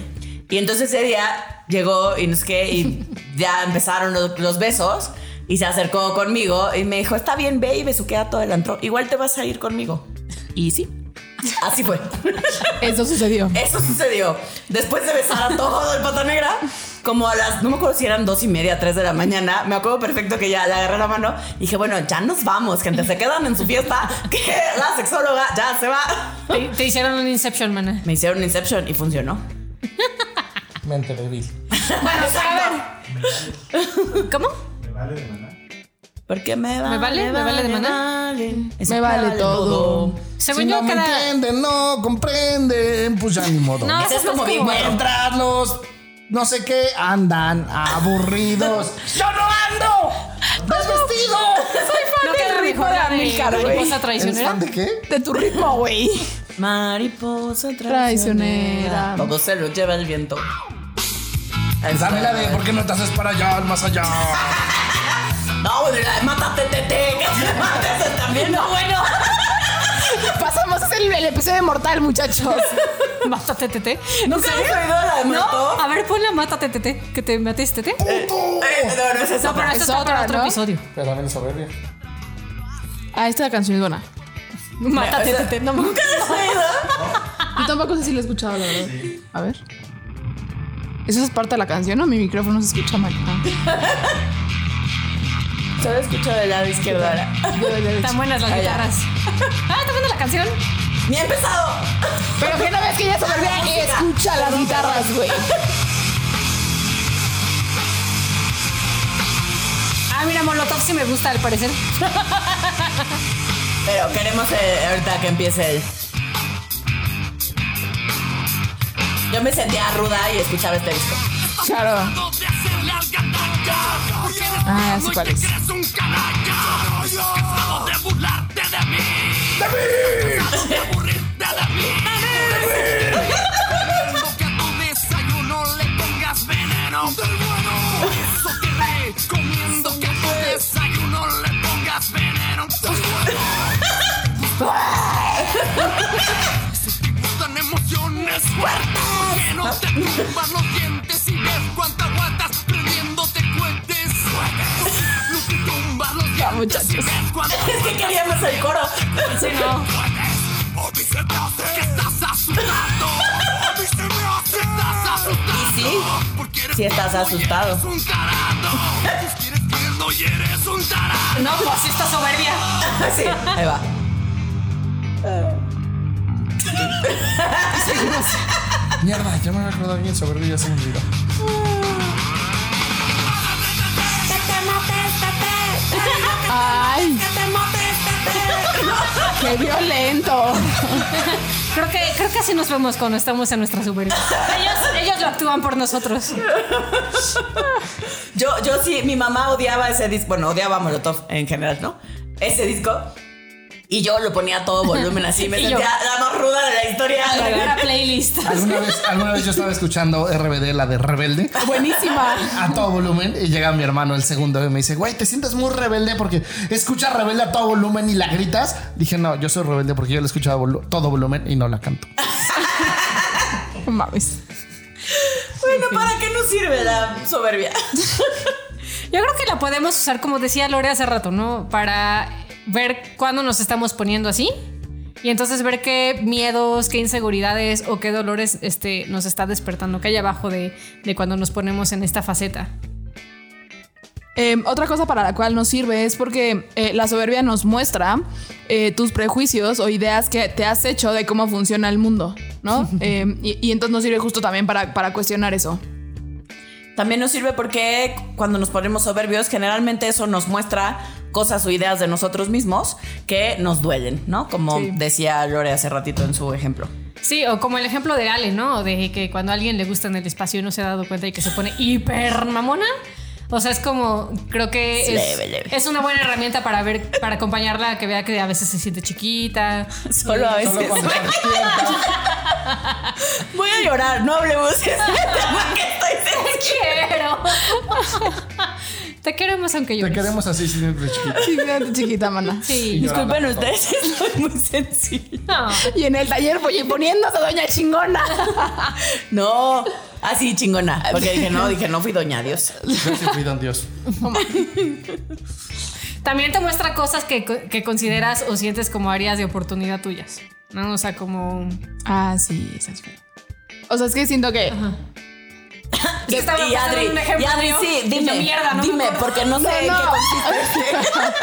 S1: Y entonces ese día llegó y no sé qué, y ya empezaron los, los besos y se acercó conmigo y me dijo, está bien, ve y besuquea todo el antro. Igual te vas a ir conmigo. Y sí, así fue.
S6: Eso sucedió.
S1: Eso sucedió. Después de besar a todo el pata negra, como a las, no me acuerdo si eran dos y media, tres de la mañana, me acuerdo perfecto que ya le agarré la mano y dije, bueno, ya nos vamos, gente, se quedan en su fiesta, que la sexóloga ya se va.
S3: Te, este. te hicieron un Inception, mana.
S1: Me hicieron Inception y funcionó.
S2: Mente débil.
S3: Bueno, a ver. ¿Cómo?
S1: ¿Por qué me vale?
S3: vale? ¿Me vale de maná?
S1: vale. Eso
S6: Me vale todo.
S3: Según
S2: si
S3: yo,
S2: no me
S3: cada.
S2: entienden, no comprenden, pues ya ni modo.
S3: No,
S1: Ese
S3: eso
S1: es como Big
S3: como-
S1: Brother.
S2: Mientras los no sé qué andan aburridos. ¡Yo no ando! ¡Desvestido!
S3: No queda
S1: del ritmo
S3: mejor
S1: de
S3: la de
S1: Amilcar, güey.
S3: mariposa
S2: ¿Eres
S3: traicionera.
S2: fan de qué?
S6: De tu ritmo, güey.
S1: Mariposa traicionera.
S6: Traicionera.
S1: Todo se lo lleva el viento.
S2: Dame la de ¿por qué no te haces para allá, al más allá?
S1: No, de la de mátate, tete. Que te mates también, no, bueno.
S6: Pasamos es el, el episodio de Mortal, muchachos.
S3: Mátate, tete.
S1: ¿Nunca habías oído la de Molotov?
S3: No, a ver, ponla mátate, tete. Que te mates, tete.
S1: Eh, no, no es esa.
S3: No, pero
S1: otra.
S3: esto
S6: es
S3: está para
S6: otra,
S3: otro
S6: ¿no?
S3: episodio.
S2: Pero también es soberbia.
S6: Ah, esta canción es buena.
S3: Mátate, tete. No,
S1: ¿Nunca has oído?
S6: Yo tampoco sé si la he escuchado, la verdad. A ver. ¿Eso es parte de la canción o mi micrófono se escucha mal? Ah,
S1: Solo escucho del lado izquierdo ahora.
S6: yo de derecha.
S3: Están buenas las
S1: Calla.
S3: guitarras. Ah, está buena la canción.
S1: ¡Ni he empezado!
S6: Pero que una vez que ya se volvió, escucha las guitarras, güey.
S3: Ah, mira, Molotov sí me gusta, al parecer.
S1: Pero queremos eh, ahorita que empiece el. Yo me sentía ruda y escuchaba este disco.
S6: Claro. Ah, ya sé cuál es.
S7: Emociones fuertes que no te tumban los dientes y ves cuántas guatas prendiéndote cohetes. No te tumban los dientes.
S6: Muchachos.
S1: Es que queríamos el coro.
S3: Sí, no.
S1: Y sí, sí estás asustado.
S3: No, pues sí está soberbia.
S1: Sí, ahí va.
S2: Mierda, ya me acuerdo bien soberbio, ya se me olvidó.
S6: Ay, qué violento.
S3: Creo que, creo que así nos vemos cuando estamos en nuestra soberbia. Ellos, ellos lo actúan por nosotros.
S1: Yo, yo sí, mi mamá odiaba ese disco. Bueno, odiaba Molotov en general, ¿no? Ese disco. Y yo lo ponía a todo volumen así. Me
S3: Y
S1: sentía
S3: yo.
S1: la más ruda de la historia.
S3: Agregar a playlist.
S2: Alguna vez, alguna vez yo estaba escuchando RBD, la de Rebelde.
S6: Buenísima.
S2: A todo volumen y llega mi hermano el segundo y me dice, güey, te sientes muy rebelde porque escuchas rebelde a todo volumen y la gritas. Dije, no, yo soy rebelde porque yo la escucho a volu- todo volumen y no la canto.
S6: No Mames.
S1: Bueno, ¿para qué nos sirve la soberbia?
S3: Yo creo que la podemos usar, como decía Lore hace rato, ¿no? Para ver cuándo nos estamos poniendo así. Y entonces ver qué miedos, qué inseguridades o qué dolores este, nos está despertando, que hay abajo de, de cuando nos ponemos en esta faceta.
S6: Eh, otra cosa para la cual nos sirve es porque eh, la soberbia nos muestra eh, tus prejuicios o ideas que te has hecho de cómo funciona el mundo, ¿no? Eh, y, y entonces nos sirve justo también para, para cuestionar eso.
S1: También nos sirve porque cuando nos ponemos soberbios, generalmente eso nos muestra cosas o ideas de nosotros mismos que nos duelen, ¿no? Como
S6: Sí.
S1: decía Lore hace ratito en su ejemplo.
S3: Sí, o como el ejemplo de Ale, ¿no? De que cuando a alguien le gusta en el espacio y no se ha dado cuenta y que se pone hiper mamona. O sea, es como, creo que
S1: Sí,
S3: es,
S1: leve, leve.
S3: es una buena herramienta para ver, para acompañarla, a que vea que a veces se siente chiquita.
S1: Solo a veces.
S2: Solo cuando se despierta.
S1: Voy a llorar, no hablemos de este tema que estoy
S3: Te quiero. Te queremos aunque yo.
S2: Te queremos así, siempre chiquito.
S6: Sí, fíjate, chiquita, mana.
S3: Sí.
S1: Disculpen ustedes, estoy muy sensible.
S3: No.
S6: Y en el taller voy poniéndose doña chingona.
S1: No, así chingona. Porque dije, no, dije, no fui doña, Dios.
S2: Yo sí fui don Dios.
S3: También te muestra cosas que, que consideras o sientes como áreas de oportunidad tuyas. ¿No? O sea, como.
S6: Ah, sí, esa es fea. O sea, es que siento que...
S3: Yo estaba
S1: y
S3: pensando
S1: Adri,
S3: en un ejemplo
S1: y Adri,
S3: mío,
S1: sí,
S3: y yo,
S1: dime,
S3: mierda, no me
S1: dime,
S3: acuerdo.
S1: porque no sé en
S6: No,
S1: qué
S6: no.
S1: consiste.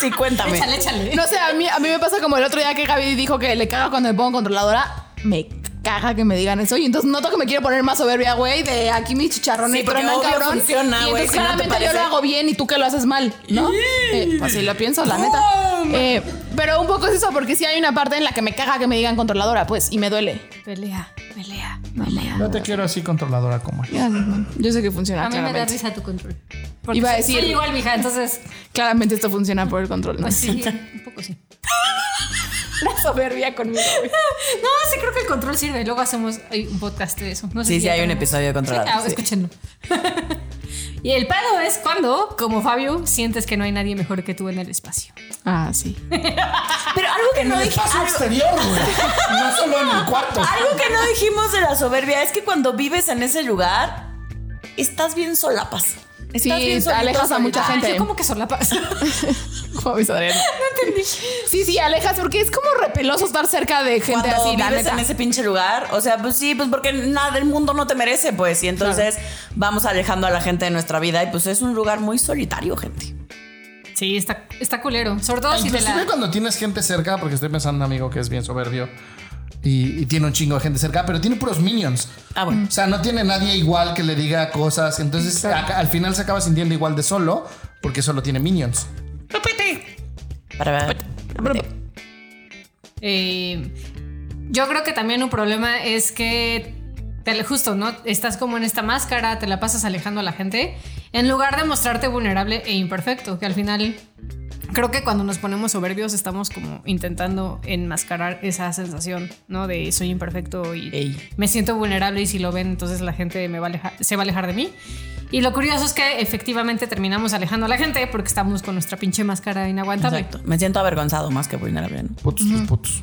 S1: sí, cuéntame.
S3: Échale, échale.
S6: No sé, a mí, a mí me pasa como el otro día que Gaby dijo que le caga cuando me pongo controladora. Me caga que me digan eso. Y entonces noto que me quiero poner más soberbia, güey, de aquí mis chicharrones
S1: Sí, porque
S6: tronan,
S1: obvio
S6: cabrón.
S1: funciona,
S6: y
S1: güey,
S6: entonces
S1: si no te
S6: claramente yo
S1: parece.
S6: lo hago bien y tú que lo haces mal, ¿no? Eh, pues sí, lo pienso, la neta. Eh, pero un poco es eso, porque sí hay una parte en la que me caga que me digan controladora, pues, y me duele.
S3: Pelea, pelea.
S2: No te quiero así controladora como él.
S6: Ya, Yo sé que funciona,
S3: A mí me da
S6: Ah, claramente.
S3: risa tu control.
S6: Iba a
S3: soy-
S6: decir-
S3: Soy igual, mija, entonces.
S6: Claramente esto funciona por el control. ¿no?
S3: Pues sí, un poco sí.
S6: La soberbia conmigo, güey.
S3: No, sí, creo que el control sirve. Luego hacemos ay, un podcast de eso. No sé
S1: Sí,
S3: si
S1: sí,
S3: ya
S1: hay un
S3: tenemos.
S1: episodio de controlado.
S3: Sí, ah, Escúchenlo. y el pedo es cuando, como Fabio, sientes que no hay nadie mejor que tú en el espacio.
S6: Ah, sí.
S1: Pero algo que
S2: En
S1: no
S2: el
S1: dije.
S2: espacio
S1: Algo,
S2: exterior, güey. No solo en el cuarto.
S1: algo que no dijimos de la soberbia es que cuando vives en ese lugar, estás bien solapas. Estás
S6: Sí,
S1: bien
S6: te
S1: solito,
S6: alejas a mucha
S1: solita.
S6: gente.
S3: Yo como que solapas.
S6: ¿Cómo ves, Adriana? Sí, sí, alejas, porque es como repeloso estar cerca de gente
S1: Cuando
S6: así, la
S1: vives
S6: neta.
S1: en ese pinche lugar, o sea, pues sí, pues porque nada del mundo no te merece, pues, y entonces vamos alejando a la gente de nuestra vida y pues es un lugar muy solitario, gente.
S3: sí, está, está culero. Sobre todo si te
S2: Inclusive
S3: la.
S2: cuando tienes gente cerca, porque estoy pensando en un amigo que es bien soberbio y, y tiene un chingo de gente cerca, pero tiene puros minions.
S1: Ah, bueno.
S2: O sea, no tiene nadie igual que le diga cosas. Entonces, acá- al final se acaba sintiendo igual de solo, porque solo tiene minions.
S1: Para
S3: Eh, yo creo que también un problema es que te- justo, ¿no? Estás como en esta máscara, te la pasas alejando a la gente, en lugar de mostrarte vulnerable e imperfecto, que al final creo que cuando nos ponemos soberbios estamos como intentando enmascarar esa sensación, ¿no? De soy imperfecto y
S1: Ey.
S3: me siento vulnerable y si lo ven, entonces la gente me va a alejar- se va a alejar de mí. Y lo curioso es que efectivamente terminamos alejando a la gente porque estamos con nuestra pinche máscara inaguantable.
S1: Exacto. Me siento avergonzado más que vulnerable, ¿no?
S2: Putos, putos.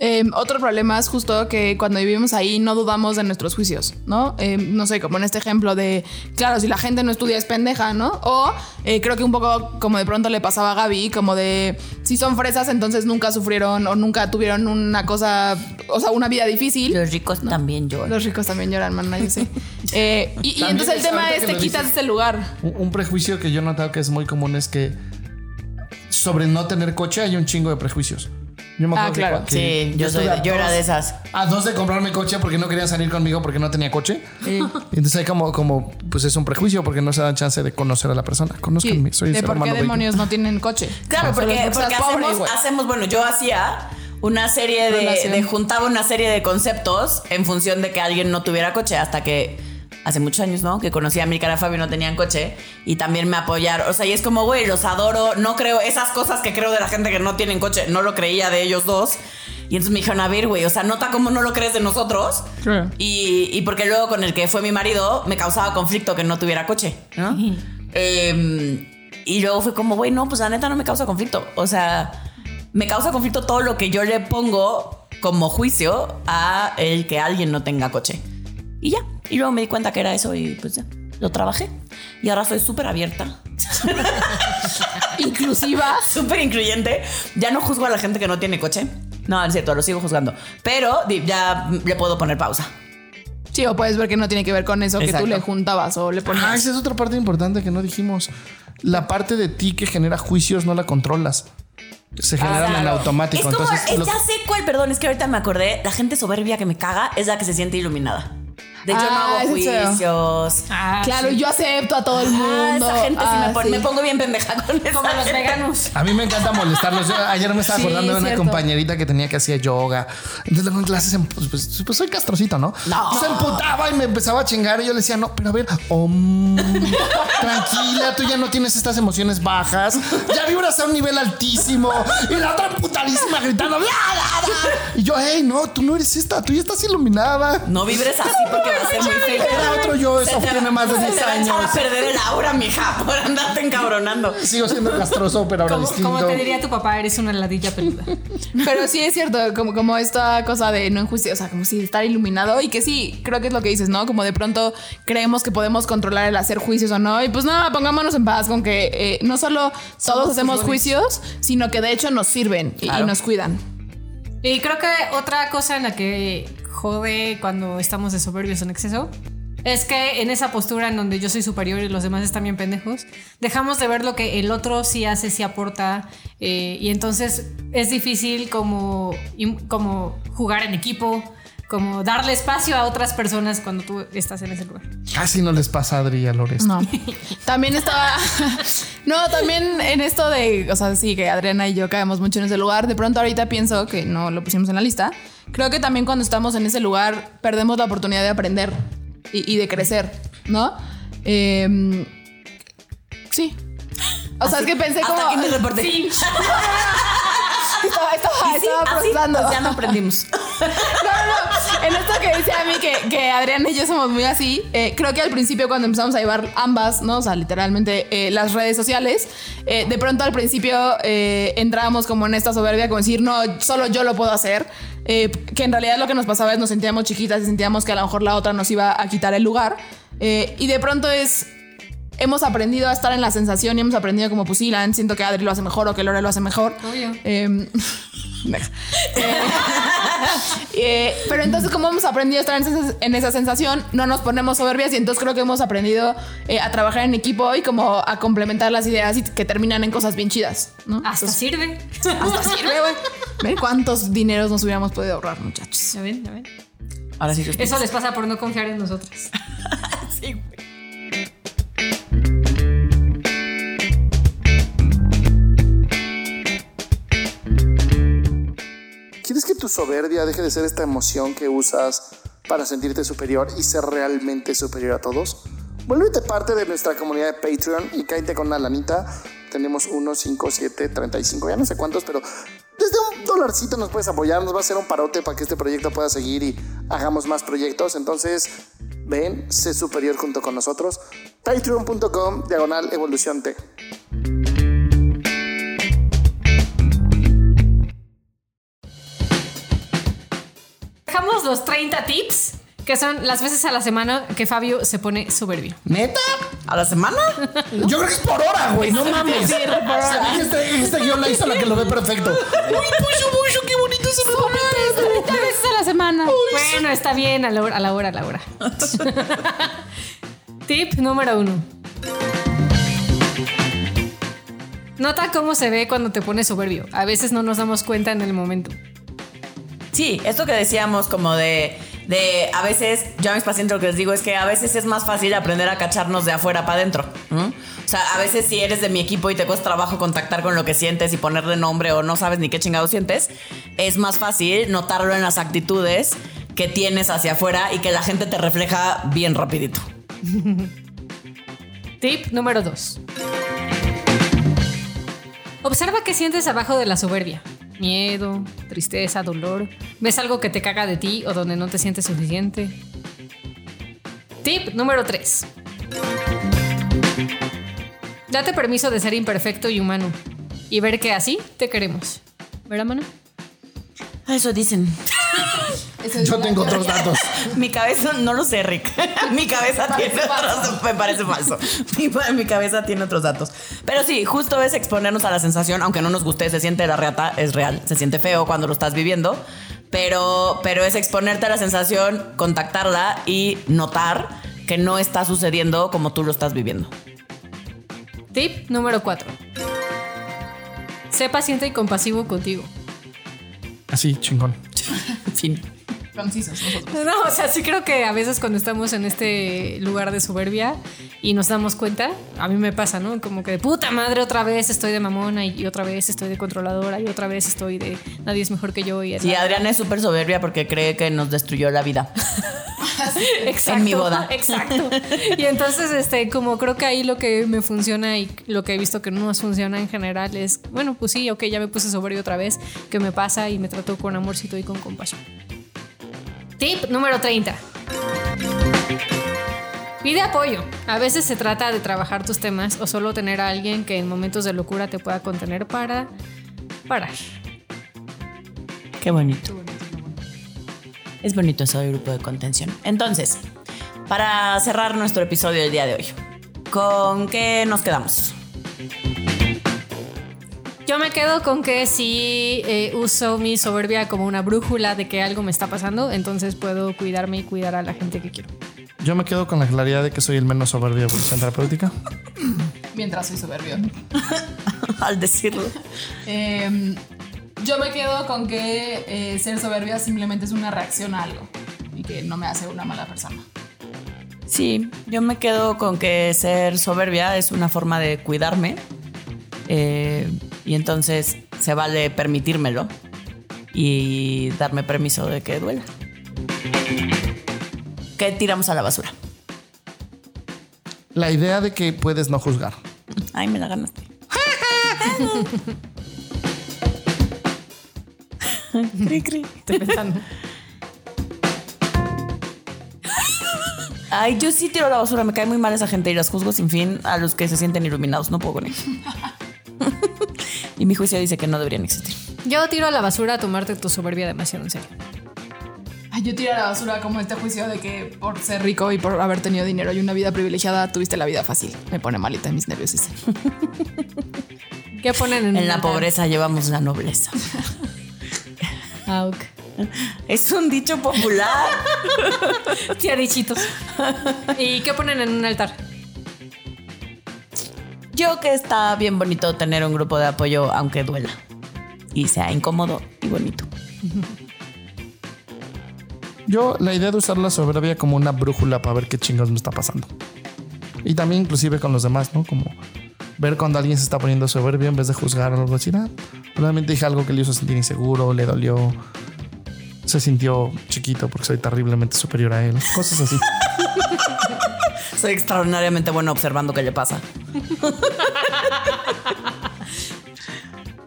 S6: Eh, otro problema es justo que cuando vivimos ahí no dudamos de nuestros juicios, ¿no? Eh, no sé, como en este ejemplo de, claro, si la gente no estudia es pendeja, ¿no? O eh, creo que un poco como de pronto le pasaba a Gaby, como de, si son fresas, entonces nunca sufrieron o nunca tuvieron una cosa, o sea, una vida difícil.
S1: Los ricos también lloran.
S6: Los ricos también lloran, man, yo sé. Eh, y, y
S2: También
S6: entonces el
S2: es
S6: tema
S2: ahorita
S6: es,
S2: que
S6: te
S2: lo
S6: quitas de
S2: dices.
S6: este lugar.
S2: Un, un prejuicio que yo he notado que es muy común es que sobre no tener coche hay un chingo de prejuicios. Yo me acuerdo
S6: Ah,
S2: que
S6: claro.
S2: cua- que
S1: Sí, yo, soy
S2: estuve
S1: de-
S2: a
S1: yo era
S2: dos-
S1: de esas.
S2: A dos de comprarme coche porque no querían salir conmigo porque no tenía coche. Y entonces hay como, como, pues es un prejuicio porque no se dan chance de conocer a la persona. Conozcanme,
S1: Eh,
S2: soy
S6: ¿De
S2: ser
S6: por qué
S2: humano bello.
S6: demonios no tienen coche?
S1: Claro,
S6: Solo
S1: porque,
S6: estás
S1: porque
S6: pobre,
S1: hacemos,
S6: güey.
S1: hacemos, bueno, yo hacía una serie de,
S6: Relación.
S1: de- juntaba una serie de conceptos en función de que alguien no tuviera coche hasta que hace muchos años, ¿no? Que conocí a mi cara Fabio y no tenían coche y también me apoyaron, o sea, y es como, güey, los adoro, no creo esas cosas que creo de la gente que no tienen coche, no lo creía de ellos dos. Y entonces me dijeron, a ver, güey, o sea, nota cómo no lo crees de nosotros.
S6: Claro.
S1: Y, y porque luego con el que fue mi marido me causaba conflicto que no tuviera coche, ¿no? Em, y luego fue como, güey, no, pues la neta no me causa conflicto. O sea, me causa conflicto todo lo que yo le pongo como juicio a el que alguien no tenga coche. Y ya. Y luego me di cuenta que era eso y pues ya. Lo trabajé. Y ahora soy súper abierta,
S6: Inclusiva.
S1: súper incluyente. Ya no juzgo a la gente que no tiene coche. No, es cierto, lo sigo juzgando. Pero di- ya mm, le puedo poner pausa.
S6: Sí, o puedes ver que no tiene que ver con eso
S1: Exacto.
S6: que tú le juntabas o le ponías.
S2: Ah, esa es otra parte importante que no dijimos. La parte de ti que genera juicios no la controlas. Se generan en automático.
S1: Ah, Es como,
S2: entonces,
S1: es-
S2: lo-
S1: ya sé cuál, perdón, es que ahorita me acordé, la gente soberbia que me caga es la que se siente iluminada. De yo no
S6: Ah,
S1: hago
S6: es en serio.
S1: juicios.
S5: Ah,
S6: claro, yo acepto a todo el
S1: Ah,
S6: mundo.
S1: esa gente sí
S6: Ah,
S1: me, pone-
S6: sí.
S1: me pongo bien pendeja con esa
S5: Como los
S1: gente.
S5: veganos.
S2: A mí me encanta molestarlos. Yo ayer me estaba
S6: Sí,
S2: acordando de una
S6: cierto.
S2: compañerita que tenía que hacía yoga. Entonces luego en clases, em- pues, pues, pues, soy castrocito, ¿no?
S1: No.
S2: Se emputaba y me empezaba a chingar. Y yo le decía, no, pero a ver, om, tranquila, tú ya no tienes estas emociones bajas. Ya vibras a un nivel altísimo. Y la otra putadísima gritando, bla, bla, bla. Y yo, hey, no, tú no eres esta, tú ya estás iluminada.
S1: No vibres así porque vas a ser muy feliz.
S2: Era otro yo, eso tiene más de 10
S1: a
S2: años.
S1: perder el aura, mija, por andarte encabronando.
S2: Sigo siendo castroso, pero ahora
S5: Como,
S2: distinto.
S5: como te diría tu papá, eres una ladilla peluda.
S6: Pero sí es cierto, como, como esta cosa de no enjuiciar, o sea, como si estar iluminado y que sí, creo que es lo que dices, ¿no? Como de pronto creemos que podemos controlar el hacer juicios o no, y pues nada, pongámonos en paz con que eh, no solo todos hacemos juicios, sino que de hecho nos sirven y, y nos cuidan.
S5: Y creo que otra cosa en la que jode cuando estamos de soberbios en exceso es que en esa postura en donde yo soy superior y los demás están bien pendejos, dejamos de ver lo que el otro sí hace, sí aporta, eh, y entonces es difícil como, im- como jugar en equipo, como darle espacio a otras personas cuando tú estás en ese lugar.
S2: Casi no les pasa a Adri y a Lores.
S6: No. También estaba. no, también en esto de. O sea, sí, que Adriana y yo caemos mucho en ese lugar. De pronto, ahorita pienso que no lo pusimos en la lista. Creo que también cuando estamos en ese lugar, perdemos la oportunidad de aprender y, y de crecer, ¿no? Em, sí. O sea, es que pensé
S1: Hasta
S6: como.
S1: aquí mi reporte.
S6: Estaba, estaba,
S1: Y sí,
S6: estaba
S1: así
S6: procesando.
S1: pues ya no aprendimos.
S6: No, no, no. En esto que dice a mí que, que Adriana y yo somos muy así, eh, creo que al principio cuando empezamos a llevar ambas, ¿no? O sea, literalmente eh, las redes sociales, eh, de pronto al principio eh, entrábamos como en esta soberbia, como decir, no, solo yo lo puedo hacer. eh, que en realidad lo que nos pasaba es nos sentíamos chiquitas y sentíamos que a lo mejor la otra nos iba a quitar el lugar. eh, y de pronto es, hemos aprendido a estar en la sensación y hemos aprendido como, pues sí, la- siento que Adri lo hace mejor o que Lore lo hace mejor.
S5: Obvio.
S6: Em, deja. Eh, eh, pero entonces, como hemos aprendido a estar en esa, en esa sensación, no nos ponemos soberbias y entonces creo que hemos aprendido eh, a trabajar en equipo y como a complementar las ideas y que terminan en cosas bien chidas, ¿no?
S5: Hasta
S6: Entonces,
S5: Pues sirve.
S6: hasta sirve, güey. Ver cuántos dineros nos hubiéramos podido ahorrar, muchachos.
S5: ¿Ya ven? ¿Ya ven?
S1: Ahora sí que
S5: Eso les pasa por no confiar en nosotras.
S2: ¿Quieres que tu soberbia deje de ser esta emoción que usas para sentirte superior y ser realmente superior a todos? Vuélvete parte de nuestra comunidad de Patreon y cállate con una lanita. Tenemos 1, 5, 7, 35, ya no sé cuántos, pero desde un dolarcito nos puedes apoyar. Nos va a hacer un parote para que este proyecto pueda seguir y hagamos más proyectos. Entonces, ven, sé superior junto con nosotros. Patreon.com, diagonal evolución T.
S5: Dejamos los 30 tips, que son las veces a la semana que Fabio se pone soberbio.
S2: ¿Neta?
S1: ¿A la semana?
S2: Yo creo que es por hora, güey, no mames. Se ve que este, este guión la hizo la que lo ve perfecto.
S5: Solamente 30 veces a la semana. bueno, está bien, a la hora, a la hora, a la hora. Tip número uno.
S3: Nota cómo se ve cuando te pones soberbio. A veces no nos damos cuenta en el momento.
S1: Sí, esto que decíamos como de, de a veces, yo a mis pacientes lo que les digo es que a veces es más fácil aprender a cacharnos de afuera para adentro. ¿m? O sea, a veces si eres de mi equipo y te cuesta trabajo contactar con lo que sientes y ponerle nombre o no sabes ni qué chingado sientes, es más fácil notarlo en las actitudes que tienes hacia afuera y que la gente te refleja bien rapidito.
S3: Tip número 2. Observa qué sientes abajo de la soberbia. Miedo, tristeza, dolor. ¿Ves algo que te caga de ti o donde no te sientes suficiente? Tip número 3. Date permiso de ser imperfecto y humano y ver que así te queremos. ¿Verdad, mano?
S1: Eso dicen.
S6: Eso es
S2: Yo
S6: una-
S2: tengo otros datos.
S1: Mi cabeza, no lo sé, Rick. Mi cabeza tiene otros, me parece falso. Mi, pa- mi cabeza tiene otros datos. Pero sí, justo es exponernos a la sensación, aunque no nos guste, se siente la reata, es real, se siente feo cuando lo estás viviendo, pero, pero es exponerte a la sensación, contactarla y notar que no está sucediendo como tú lo estás viviendo.
S3: Tip número 4. Sé paciente y compasivo contigo.
S2: Así, chingón.
S1: Fin.
S6: Concisos nosotros.
S3: No, o sea, sí creo que a veces cuando estamos en este lugar de soberbia y nos damos cuenta, a mí me pasa, ¿no? Como que de puta madre otra vez estoy de mamona y otra vez estoy de controladora y otra vez estoy de nadie es mejor que yo y
S1: Sí, Adriana es súper soberbia porque cree que nos destruyó la vida.
S3: Exacto,
S1: en mi boda.
S3: Exacto. Y entonces, este, como creo que ahí lo que me funciona y lo que he visto que no nos funciona en general es, bueno, pues sí, ok, ya me puse soberbio otra vez, que me pasa y me trato con amorcito y con compasión. Tip número 30. Pide apoyo. A veces se trata de trabajar tus temas o solo tener a alguien que en momentos de locura te pueda contener para parar.
S1: Qué bonito. Es bonito eso del grupo de contención. Entonces, para cerrar nuestro episodio del día de hoy, ¿con qué nos quedamos?
S3: Yo me quedo con que si eh, uso mi soberbia como una brújula de que algo me está pasando, entonces puedo cuidarme y cuidar a la gente que quiero.
S2: Yo me quedo con la claridad de que soy el menos soberbio de evolución terapéutica.
S6: Mientras soy soberbio.
S1: Al decirlo.
S6: Eh, yo me quedo con que eh, ser soberbia simplemente es una reacción a algo y que no me hace una mala persona.
S1: Sí, yo me quedo con que ser soberbia es una forma de cuidarme eh, y entonces se vale permitírmelo y darme permiso de que duela. ¿Qué tiramos a la basura?
S2: La idea de que puedes no juzgar.
S1: Ay, me la ganaste. cri, cri.
S3: Estoy pensando.
S1: Ay, yo sí tiro la basura, me cae muy mal esa gente y las juzgo sin fin a los que se sienten iluminados, no puedo con ellos. y mi juicio dice que no deberían existir.
S3: Yo tiro a la basura a tomarte tu soberbia demasiado en serio.
S6: Ay, yo tiro a la basura como este juicio de que por ser rico y por haber tenido dinero y una vida privilegiada tuviste la vida fácil. Me pone malita mis nervios ese.
S3: ¿Qué ponen en,
S1: En la
S3: el-
S1: pobreza llevamos la nobleza.
S3: Ah, ok.
S1: Es un dicho popular.
S3: Tiarichitos. ¿Y qué ponen en un altar?
S1: Yo que está bien bonito tener un grupo de apoyo aunque duela. Y sea incómodo y bonito.
S2: Yo, la idea de usar la soberbia como una brújula para ver qué chingados me está pasando. Y también inclusive con los demás, ¿no? Como ver cuando alguien se está poniendo soberbio en vez de juzgar o algo así. Ah, probablemente dije algo que le hizo sentir inseguro, le dolió, se sintió chiquito porque soy terriblemente superior a él. Cosas así.
S1: Soy extraordinariamente bueno observando qué le pasa.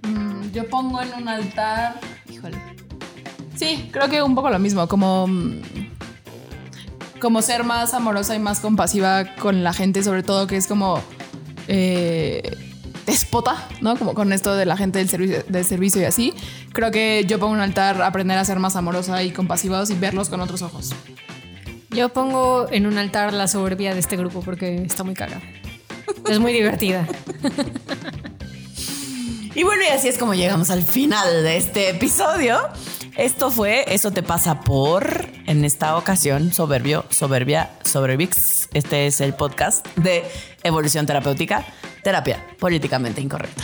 S6: Mm, Yo pongo en un altar. Híjole. Sí, creo que un poco lo mismo, como. mm, Como ser más amorosa y más compasiva con la gente, sobre todo que es como. Eh, despota, ¿no? Como con esto de la gente del servicio, del servicio y así. Creo que yo pongo en un altar aprender a ser más amorosa y compasiva y verlos con otros ojos.
S3: Yo pongo en un altar la soberbia de este grupo porque está muy cagada. Es muy divertida.
S1: Y bueno, y así es como llegamos al final de este episodio. Esto fue Eso te pasa por, en esta ocasión, Soberbio, Soberbia, Sobrevix. Este es el podcast de Evolución Terapéutica, Terapia Políticamente Incorrecta.